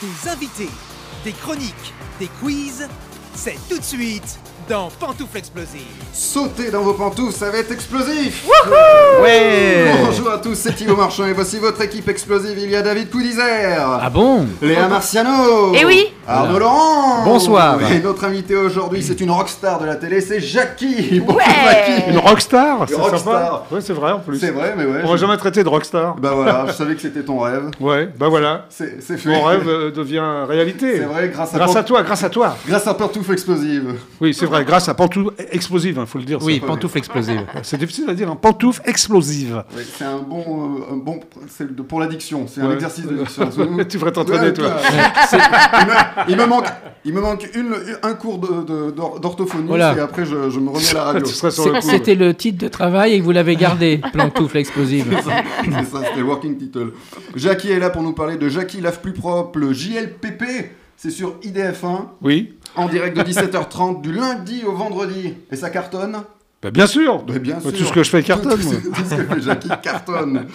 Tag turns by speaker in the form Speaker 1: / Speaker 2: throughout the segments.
Speaker 1: Des invités, des chroniques, des quiz, c'est tout de suite dans Pantoufle Explosive.
Speaker 2: Sautez dans vos pantoufles, ça va être explosif
Speaker 3: Ouais
Speaker 2: Bonjour à tous, c'est Thibaut Marchand et voici votre équipe explosive. Il y a David Coudizère,
Speaker 3: Ah bon
Speaker 2: Léa Marciano,
Speaker 4: Eh oui.
Speaker 2: Arnaud Laurent.
Speaker 3: Bonsoir.
Speaker 2: Et notre invité aujourd'hui, c'est une rockstar de la télé, c'est Jackie. Bonjour
Speaker 4: Ouais.
Speaker 2: Jackie.
Speaker 5: Une rockstar, c'est
Speaker 2: rockstar.
Speaker 5: sympa. Ouais, c'est vrai en plus.
Speaker 2: C'est vrai, mais ouais.
Speaker 5: On m'a
Speaker 2: je-
Speaker 5: jamais traité de rockstar.
Speaker 2: Bah voilà, je savais que c'était ton rêve.
Speaker 5: Ouais, bah voilà.
Speaker 2: C'est c'est fait.
Speaker 5: Mon rêve euh, devient réalité.
Speaker 2: C'est vrai, grâce à,
Speaker 5: Grâce
Speaker 2: Pan-
Speaker 5: à toi, grâce à toi.
Speaker 2: grâce à Pantoufle Explosive.
Speaker 5: Oui, c'est vrai, grâce à pantoufle explosive, il faut le dire. ça.
Speaker 3: Oui, pantoufle explosive.
Speaker 5: C'est difficile à dire, hein. pantoufle explosive.
Speaker 2: Ouais, c'est un bon, euh, un bon, c'est de- pour l'addiction. C'est un
Speaker 5: Ouais.
Speaker 2: exercice de diction.
Speaker 5: tu devrais t'entraîner, toi.
Speaker 2: il, me, il me manque, il me manque une, un cours de- de- d'or- d'orthophonie
Speaker 6: Voilà.
Speaker 2: et après je, je me remets à la radio.
Speaker 5: tu serais sur le
Speaker 6: C'est-
Speaker 5: coup.
Speaker 6: C'était le titre de travail et vous l'avez gardé, Plantoufle Explosive.
Speaker 2: C'est ça, c'était le working title. Jackie est là pour nous parler de Jackie lave plus propre, le JLPP. C'est sur IDF1
Speaker 5: Oui.
Speaker 2: en direct de 17h30 du lundi au vendredi. Et ça cartonne
Speaker 5: Bah, bien sûr.
Speaker 2: Mais bien
Speaker 5: Bah,
Speaker 2: sûr.
Speaker 5: Tout ce que je fais cartonne.
Speaker 2: Tout,
Speaker 5: moi.
Speaker 2: tout- tout ce que fait Jackie cartonne.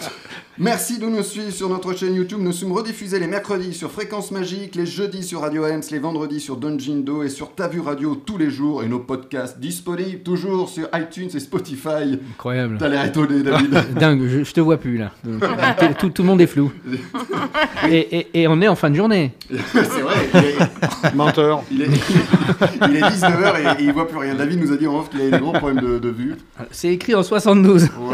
Speaker 2: Merci de nous suivre sur notre chaîne YouTube. Nous sommes rediffusés les mercredis sur Fréquence Magique, les jeudis sur Radio Ems, les vendredis sur Donjindo et sur Tavu Radio tous les jours. Et nos podcasts disponibles toujours sur iTunes et Spotify.
Speaker 6: Incroyable.
Speaker 2: T'as l'air étonné, David.
Speaker 6: Dingue, je, je te vois plus là. Tout, tout- tout le monde est flou. Et, et- et on est en fin de journée.
Speaker 2: C'est vrai. il est-
Speaker 5: Menteur.
Speaker 2: Il est, il est 19h et, et il voit plus rien. David nous a dit en off qu'il avait des gros problèmes de, de vue
Speaker 6: C'est écrit en 72.
Speaker 2: pour,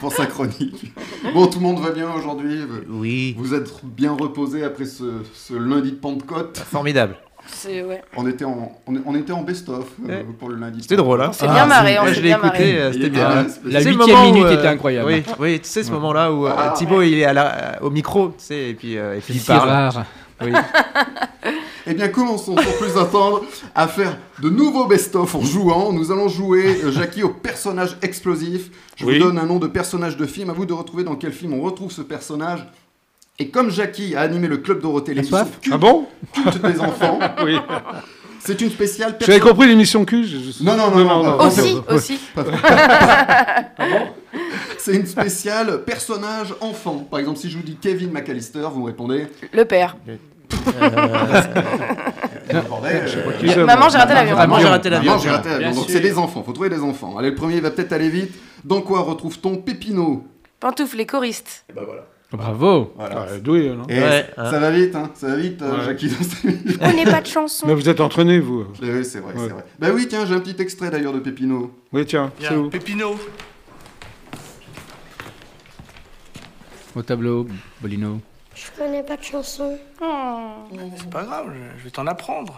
Speaker 2: pour sa chronique. Bon, tout le monde va bien aujourd'hui.
Speaker 3: Oui.
Speaker 2: Vous êtes bien reposé après ce, ce lundi de Pentecôte.
Speaker 3: Formidable.
Speaker 4: C'est ouais.
Speaker 2: On était en, on, on était en best-of euh,
Speaker 3: Ouais.
Speaker 2: pour le lundi. de
Speaker 3: C'était drôle, hein
Speaker 4: On s'est bien marré, on
Speaker 3: Moi,
Speaker 4: s'est
Speaker 3: je l'ai
Speaker 4: bien
Speaker 3: écouté,
Speaker 4: marré.
Speaker 3: euh,
Speaker 2: Il
Speaker 3: c'était
Speaker 2: est
Speaker 3: bien.
Speaker 2: bien.
Speaker 3: hein.
Speaker 6: La
Speaker 3: C'est le
Speaker 6: huitième
Speaker 3: moment où,
Speaker 6: minute
Speaker 3: euh,
Speaker 6: était incroyable.
Speaker 3: Oui, oui, tu sais ce moment-là où euh,
Speaker 2: Ah,
Speaker 3: Thibaut il est à la- euh, au micro, tu sais, et puis, euh, et puis il
Speaker 6: C'est
Speaker 3: parle.
Speaker 6: rare.
Speaker 3: Oui.
Speaker 2: Eh bien, commençons sans plus attendre à faire de nouveaux best-of en jouant. Nous allons jouer, euh, Jackie, au personnage explosif. Je
Speaker 5: Oui.
Speaker 2: vous donne un nom de personnage de film. À vous de retrouver dans quel film on retrouve ce personnage. Et comme Jackie a animé le Club Dorothée, l'émission
Speaker 6: soif
Speaker 5: Ah bon
Speaker 2: culte des enfants,
Speaker 5: Oui.
Speaker 2: c'est une spéciale
Speaker 5: J'avais
Speaker 2: perso-
Speaker 5: compris l'émission Q. je- je-
Speaker 2: Non, non, non, non, non.
Speaker 4: Aussi, Oh, aussi.
Speaker 2: C'est une spéciale personnage enfant. Par exemple, si je vous dis Kevin McAllister, vous me répondez.
Speaker 4: Le père.
Speaker 2: Bordel, euh,
Speaker 5: Qui c'est,
Speaker 4: Maman,
Speaker 5: moi
Speaker 4: j'ai raté l'avion.
Speaker 3: Maman, j'ai raté l'avion.
Speaker 2: Maman, j'ai raté l'avion.
Speaker 6: Bien
Speaker 2: Donc
Speaker 6: sûr.
Speaker 2: c'est les enfants, faut trouver les enfants. Allez, le premier va peut-être aller vite. Dans quoi retrouve-t-on Pépino
Speaker 4: Pantoufles, les choristes.
Speaker 6: Bravo.
Speaker 2: Voilà.
Speaker 5: Ah, doué, non
Speaker 2: Et
Speaker 3: Ouais,
Speaker 2: ça, ça va vite, hein, ça va vite, euh,
Speaker 5: Ouais.
Speaker 2: Jackie.
Speaker 4: On n'est pas de chanson.
Speaker 5: Mais vous êtes entraîné, vous.
Speaker 2: Eh oui, c'est vrai,
Speaker 5: Ouais.
Speaker 2: c'est vrai. Bah oui, tiens, j'ai un petit extrait d'ailleurs de Pépino.
Speaker 5: Oui, tiens, c'est où
Speaker 7: Pépino,
Speaker 6: Au tableau, Bolino.
Speaker 8: Je connais pas de chanson.
Speaker 4: Oh.
Speaker 7: c'est pas grave, je- je vais t'en apprendre.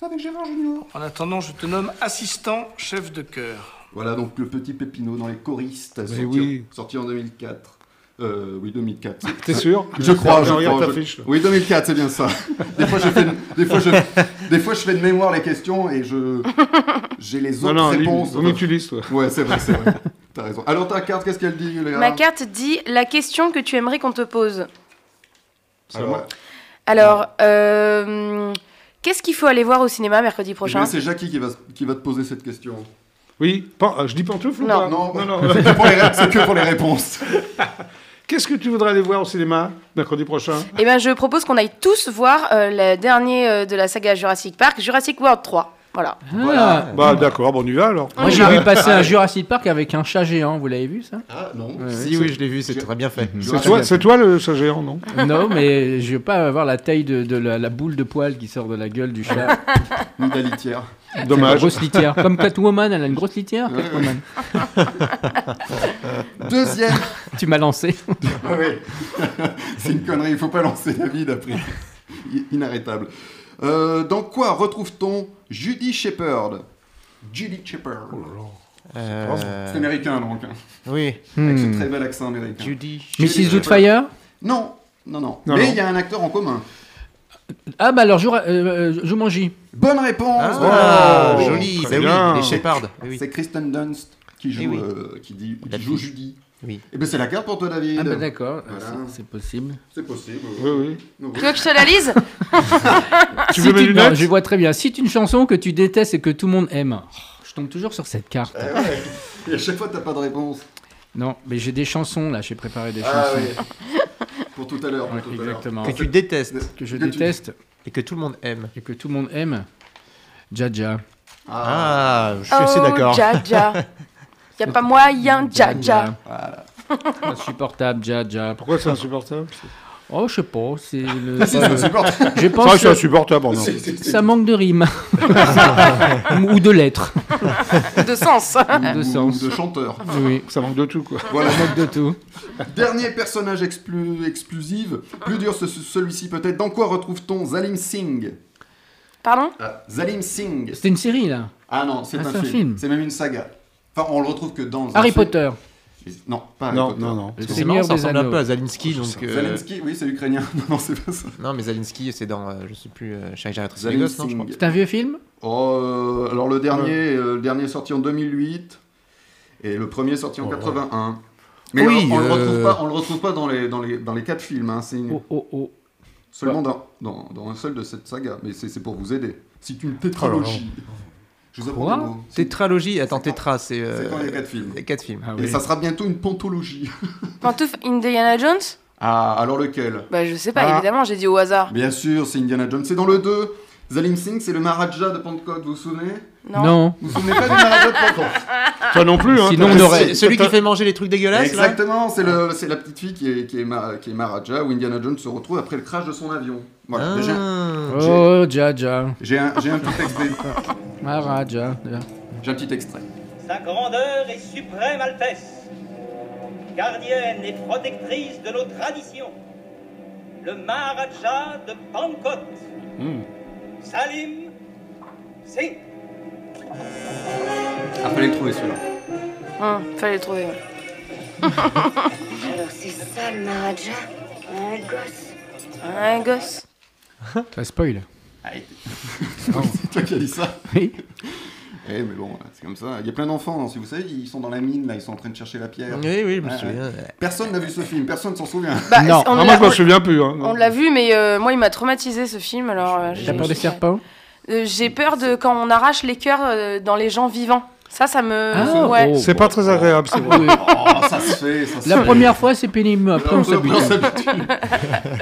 Speaker 2: Ça avec Gérard Junior.
Speaker 7: En attendant, je te nomme assistant chef de chœur.
Speaker 2: Voilà donc le petit Pépino dans les choristes, sorti,
Speaker 5: oui.
Speaker 2: sorti en 2004. Euh, oui, 2004.
Speaker 5: T'es sûr
Speaker 2: Je crois, je
Speaker 5: Regarde
Speaker 2: crois.
Speaker 5: ta
Speaker 2: je-
Speaker 5: fiche.
Speaker 2: Oui, 2004, c'est bien ça. Des fois, je fais, des fois, je, des fois, je fais de mémoire les questions et je, j'ai les
Speaker 5: Non,
Speaker 2: autres
Speaker 5: non,
Speaker 2: réponses.
Speaker 5: on utilise, toi.
Speaker 2: Ouais, c'est vrai, c'est vrai. T'as raison. Alors ta carte, qu'est-ce qu'elle dit, Léa
Speaker 4: Ma carte dit la question que tu aimerais qu'on te pose.
Speaker 5: C'est à
Speaker 2: Alors,
Speaker 5: moi.
Speaker 4: Alors, euh, qu'est-ce qu'il faut aller voir au cinéma mercredi
Speaker 2: eh
Speaker 4: prochain
Speaker 2: bien, c'est Jackie qui va, se- qui va te poser cette question.
Speaker 5: Oui, pan- euh, je dis pantoufle ou
Speaker 4: Non.
Speaker 5: pas
Speaker 2: Non,
Speaker 5: non,
Speaker 2: C'est que pour les, ré- c'est que pour les réponses.
Speaker 5: Qu'est-ce que tu voudrais aller voir au cinéma mercredi prochain
Speaker 4: Eh bien, je propose qu'on aille tous voir euh, le dernier euh, de la saga Jurassic Park, Jurassic World 3. Voilà.
Speaker 2: Voilà.
Speaker 6: Ah.
Speaker 5: Bah d'accord, bon, on y va alors.
Speaker 6: Moi j'ai vu passer un Jurassic Park avec un chat géant, vous l'avez vu ça
Speaker 2: Ah non.
Speaker 3: Si, oui, je l'ai vu, c'est très bien fait.
Speaker 5: C'est toi, c'est toi le chat géant, non
Speaker 6: Non, mais je veux pas avoir la taille de, de la, la boule de poil qui sort de la gueule du chat.
Speaker 2: Ni de la litière.
Speaker 6: Une
Speaker 5: Dommage.
Speaker 6: grosse litière. Comme Catwoman, elle a une grosse litière. Catwoman.
Speaker 2: Deuxième.
Speaker 6: Tu m'as lancé.
Speaker 2: Ah oui. c'est une connerie. Il faut pas lancer David après. I- Inarrêtable. Euh, dans quoi retrouve-t-on Judy Shepard Judy Shepard.
Speaker 3: Euh,
Speaker 2: C'est américain donc. hein,
Speaker 3: Oui.
Speaker 2: Avec ce très bel accent américain.
Speaker 3: Judy.
Speaker 6: Mrs. Doubtfire
Speaker 2: Non, non, non.
Speaker 5: Non,
Speaker 2: Mais
Speaker 5: non.
Speaker 2: il y a un acteur en commun.
Speaker 6: Ah bah alors Jura- euh, euh, Jumanji.
Speaker 2: Bonne réponse.
Speaker 3: Ah,
Speaker 2: Oh.
Speaker 3: joli,
Speaker 5: très
Speaker 3: bah
Speaker 5: bien.
Speaker 3: oui, les Shepard. Eh oui.
Speaker 2: C'est Kristen Dunst qui joue,
Speaker 3: Eh oui.
Speaker 2: euh, qui dit, qui
Speaker 3: La
Speaker 2: joue
Speaker 3: fille.
Speaker 2: Judy.
Speaker 3: Oui.
Speaker 2: Et ben c'est la carte pour toi David.
Speaker 6: Ah bah d'accord,
Speaker 2: Voilà.
Speaker 6: c'est- c'est possible.
Speaker 2: c'est possible.
Speaker 5: Oui, oui.
Speaker 4: Tu veux que je te la lise
Speaker 5: Ah, Tu
Speaker 6: Ah, Si
Speaker 5: veux mes
Speaker 6: tu- non,
Speaker 5: lunettes
Speaker 6: je vois très bien. Cite une chanson que tu détestes et que tout le monde aime. Oh, je tombe toujours sur cette carte.
Speaker 2: Eh ouais. Et à chaque fois t'as pas de réponse.
Speaker 3: Ah,
Speaker 6: Non, mais j'ai des chansons là, j'ai préparé des chansons.
Speaker 2: Ah ouais. Pour tout à l'heure. pour
Speaker 6: Ouais,
Speaker 2: tout à l'heure.
Speaker 6: exactement.
Speaker 3: Que tu détestes
Speaker 6: Que je
Speaker 2: que tu-
Speaker 6: déteste
Speaker 3: et que tout le monde aime.
Speaker 6: et que tout le monde aime. Jaja.
Speaker 2: Ah,
Speaker 3: Ah, je suis
Speaker 4: oh,
Speaker 3: aussi d'accord.
Speaker 4: Jaja. Y a pas moyen, Jaja.
Speaker 6: Insupportable, Jaja.
Speaker 5: Pourquoi c'est insupportable
Speaker 6: Oh, je sais pas. C'est le.
Speaker 2: si, c'est insupportable.
Speaker 6: Je
Speaker 5: C'est vrai
Speaker 6: pense
Speaker 5: que c'est insupportable. non.
Speaker 2: C'est- c'est-
Speaker 6: ça manque de rimes ou de lettres.
Speaker 4: De sens.
Speaker 6: de sens.
Speaker 2: De chanteur.
Speaker 6: Oui,
Speaker 5: Ça manque de tout, quoi.
Speaker 2: Voilà.
Speaker 6: ça manque de tout.
Speaker 2: Dernier personnage exclu- exclusif. Plus dur ce- ce- celui-ci peut-être. Dans quoi retrouve-t-on Zalim Singh
Speaker 4: Pardon
Speaker 2: Ah, Zalim Singh.
Speaker 6: C'était une série là.
Speaker 2: Ah non, c'est
Speaker 6: Ah,
Speaker 2: un,
Speaker 6: c'est un
Speaker 2: film.
Speaker 6: film.
Speaker 2: C'est même une saga. Enfin, on le retrouve que dans. un
Speaker 6: Harry
Speaker 2: film.
Speaker 6: Potter.
Speaker 2: Non, pas Harry
Speaker 5: Non,
Speaker 2: Potter.
Speaker 5: non, non.
Speaker 6: Le
Speaker 3: C'est marrant,
Speaker 6: Seigneur
Speaker 3: ça
Speaker 6: des
Speaker 3: ressemble un peu
Speaker 6: Anneaux.
Speaker 3: à Zalinski. Donc, euh,
Speaker 2: Zelensky, oui, c'est ukrainien. Non, non, c'est pas ça.
Speaker 3: Non, mais Zalinski, c'est dans, euh, je sais plus, euh, Shaggy
Speaker 2: Zalim
Speaker 3: Retrosegos, non je crois.
Speaker 2: Singh.
Speaker 6: C'est un vieux film
Speaker 2: Oh, euh, alors le dernier, euh, le dernier sorti en 2008 et le premier sorti en 81. Mais
Speaker 3: Oui,
Speaker 2: on, on le retrouve
Speaker 3: euh,
Speaker 2: pas, on le retrouve pas dans les dans les dans les quatre films. hein, C'est
Speaker 6: Oh oh oh.
Speaker 2: seulement
Speaker 3: bah.
Speaker 2: dans, dans dans un seul de cette saga. Mais c'est c'est pour vous aider. C'est
Speaker 3: Oh
Speaker 2: une tétralogie. Je vous apprends
Speaker 6: Quoi
Speaker 2: des mots. C'est-
Speaker 3: Tétralogie, attends, Tétra, c'est. euh,
Speaker 2: C'est quand il y a quatre films.
Speaker 3: les quatre films.
Speaker 6: Ah
Speaker 2: Et
Speaker 6: oui.
Speaker 2: ça sera bientôt une pantologie.
Speaker 4: Pantouf Indiana Jones
Speaker 2: Ah, alors lequel
Speaker 4: Bah, je sais pas,
Speaker 5: Ah.
Speaker 4: évidemment, j'ai dit au hasard.
Speaker 2: Bien sûr, c'est Indiana Jones. C'est dans le 2. Zalim Singh, c'est le Maharaja de Pentecôte, vous vous souvenez
Speaker 4: Non.
Speaker 6: Non.
Speaker 2: Vous vous souvenez pas du Maharaja de Pentecôte
Speaker 5: Toi non plus, hein.
Speaker 6: Sinon,
Speaker 5: t'as-
Speaker 6: on
Speaker 3: C'est
Speaker 6: aurait-
Speaker 3: Celui qui fait manger les trucs dégueulasses, là
Speaker 2: Exactement, c'est le- c'est la petite fille qui est, qui, est Ma- qui est Maharaja, où Indiana Jones se retrouve après le crash de son avion. Voilà,
Speaker 3: Ah.
Speaker 2: j'ai-
Speaker 6: Oh Jaja.
Speaker 2: j'ai un, j'ai un petit extrait.
Speaker 6: Ah Raja.
Speaker 2: J'ai un petit extrait.
Speaker 9: Sa grandeur est suprême Altesse, gardienne et protectrice de nos traditions, le Maharaja de Pankot, Salim Singh.
Speaker 2: Ah, fallait le trouver celui-là.
Speaker 4: Hum, fallait le trouver. ouais.
Speaker 8: Alors c'est ça le Maharaja Un gosse
Speaker 4: Un gosse.
Speaker 6: Ça spoil.
Speaker 3: Oh.
Speaker 2: c'est toi qui as dit ça.
Speaker 6: Oui.
Speaker 2: Eh, mais bon, c'est comme ça. Il y a plein d'enfants, hein, si vous savez, ils sont dans la mine, là, ils sont en train de chercher la pierre.
Speaker 3: Oui, oui, je me
Speaker 2: Ah,
Speaker 3: souviens.
Speaker 2: Personne n'a vu ce film, personne s'en souvient.
Speaker 4: Bah,
Speaker 6: Non.
Speaker 4: on
Speaker 5: Non,
Speaker 4: l'a-
Speaker 5: Ah, moi, je m'en souviens plus. hein.
Speaker 4: on l'a vu, mais euh, moi, il m'a traumatisé ce film. Alors, euh,
Speaker 6: T'as
Speaker 4: j'ai-
Speaker 6: peur des serpents
Speaker 4: Euh, J'ai peur de quand on arrache les cœurs euh, dans les gens vivants. Ça, ça me.
Speaker 6: Ah,
Speaker 4: ouais.
Speaker 6: oh.
Speaker 5: C'est pas très agréable, c'est vrai.
Speaker 6: Oui.
Speaker 2: Oh, ça se fait, ça se
Speaker 6: La
Speaker 2: fait.
Speaker 6: première fois, c'est pénible. Après, on s'habitue.
Speaker 2: On s'habitue.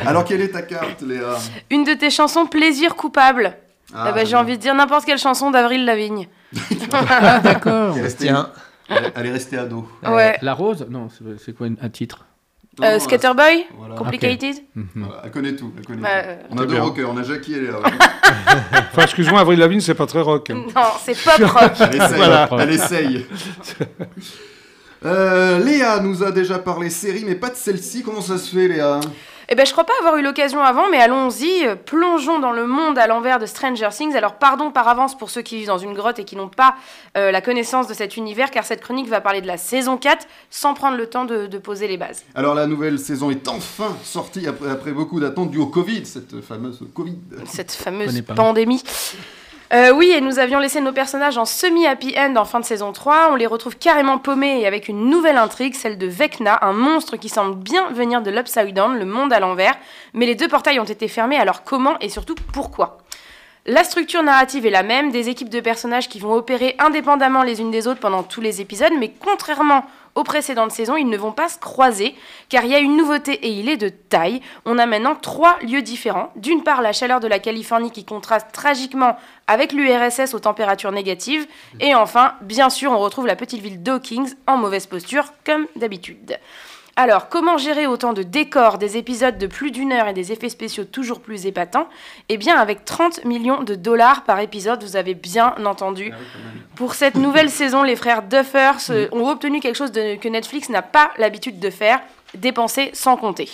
Speaker 2: Alors, quelle est ta carte, Léa
Speaker 6: oh.
Speaker 4: Une de tes chansons, Plaisir coupable.
Speaker 2: Ah,
Speaker 4: Eh ben, j'ai envie de dire n'importe quelle chanson d'Avril Lavigne.
Speaker 6: Ah, d'accord. Euh,
Speaker 2: elle est restée-
Speaker 3: Tiens,
Speaker 2: Elle elle est restée ado.
Speaker 4: Ouais.
Speaker 6: La rose Non, c'est c'est quoi un titre
Speaker 4: Euh,
Speaker 2: Non,
Speaker 4: Scatterboy
Speaker 2: voilà.
Speaker 4: Complicated
Speaker 6: Mhm.
Speaker 2: Voilà, Elle connaît tout. Elle connaît
Speaker 4: Bah,
Speaker 2: tout.
Speaker 4: euh,
Speaker 2: On a
Speaker 5: C'est
Speaker 2: deux
Speaker 5: bien.
Speaker 2: rockers, on a Jackie et Léa.
Speaker 5: Enfin, excuse-moi, Avril Lavigne, c'est pas très rock. hein.
Speaker 4: Non, c'est pop rock.
Speaker 2: Elle essaye.
Speaker 6: Voilà.
Speaker 2: elle essaye. Euh, Léa nous a déjà parlé série, mais pas de celle-ci. Comment ça se fait, Léa
Speaker 4: Eh ben, je crois pas avoir eu l'occasion avant, mais allons-y, euh, plongeons dans le monde à l'envers de Stranger Things. Alors, pardon par avance pour ceux qui vivent dans une grotte et qui n'ont pas euh, la connaissance de cet univers, car cette chronique va parler de la saison 4 sans prendre le temps de, de poser les bases.
Speaker 2: Alors, la nouvelle saison est enfin sortie après, après beaucoup d'attentes dues au Covid, cette fameuse Covid.
Speaker 4: cette
Speaker 6: Connais
Speaker 4: fameuse
Speaker 6: pas.
Speaker 4: pandémie. Euh, oui, et nous avions laissé nos personnages en semi-happy end en fin de saison 3. On les retrouve carrément paumés et avec une nouvelle intrigue, celle de Vecna, un monstre qui semble bien venir de l'Upside Down, le monde à l'envers. Mais les deux portails ont été fermés, alors comment et surtout pourquoi la structure narrative est la même, des équipes de personnages qui vont opérer indépendamment les unes des autres pendant tous les épisodes, mais contrairement aux précédentes saisons, ils ne vont pas se croiser, car il y a une nouveauté et il est de taille. On a maintenant trois lieux différents. D'une part, la chaleur de la Californie qui contraste tragiquement avec l'URSS aux températures négatives. Et enfin, bien sûr, on retrouve la petite ville d'Hawkins en mauvaise posture, comme d'habitude. Alors, comment gérer autant de décors, des épisodes de plus d'une heure et des effets spéciaux toujours plus épatants Eh bien, avec 30 millions de dollars par épisode, vous avez bien entendu. Pour cette nouvelle saison, les frères Duffer se- ont obtenu quelque chose de- que Netflix n'a pas l'habitude de faire, dépenser sans compter.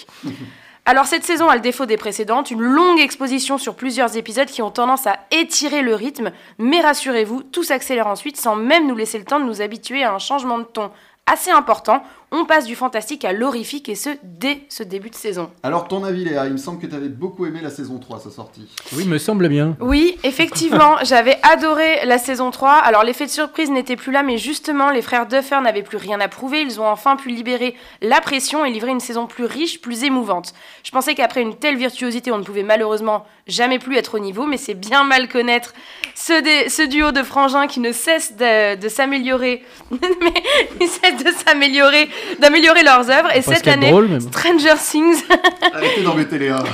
Speaker 4: Alors cette saison a le défaut des précédentes, une longue exposition sur plusieurs épisodes qui ont tendance à étirer le rythme, mais rassurez-vous, tout s'accélère ensuite sans même nous laisser le temps de nous habituer à un changement de ton assez important. On passe du fantastique à l'horrifique et ce, dès ce début de saison.
Speaker 2: Alors, ton avis, Léa Il me semble que tu avais beaucoup aimé la saison 3, sa sortie.
Speaker 6: Oui, me semble bien.
Speaker 4: Oui, effectivement, j'avais adoré la saison 3. Alors l'effet de surprise n'était plus là, mais justement, les frères Duffer n'avaient plus rien à prouver. Ils ont enfin pu libérer la pression et livrer une saison plus riche, plus émouvante. Je pensais qu'après une telle virtuosité, on ne pouvait malheureusement jamais plus être au niveau, mais c'est bien mal connaître ce, dé- ce duo de frangins qui ne cesse de, de s'améliorer, mais ils cessent de s'améliorer d'améliorer leurs œuvres. Et
Speaker 6: pense
Speaker 4: cette
Speaker 6: qu'elle est
Speaker 4: année,
Speaker 6: drôle, mais bon.
Speaker 4: Stranger Things
Speaker 2: Arrêtez d'embêter Léa.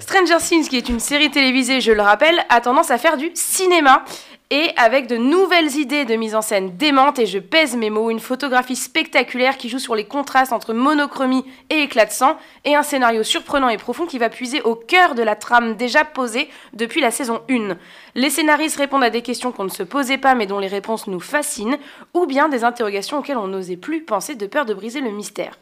Speaker 4: Stranger Things, qui est une série télévisée, je le rappelle, a tendance à faire du cinéma. Et avec de nouvelles idées de mise en scène démente, et je pèse mes mots, une photographie spectaculaire qui joue sur les contrastes entre monochromie et éclat de sang, et un scénario surprenant et profond qui va puiser au cœur de la trame déjà posée depuis la saison 1. Les scénaristes répondent à des questions qu'on ne se posait pas mais dont les réponses nous fascinent, ou bien des interrogations auxquelles on n'osait plus penser de peur de briser le mystère.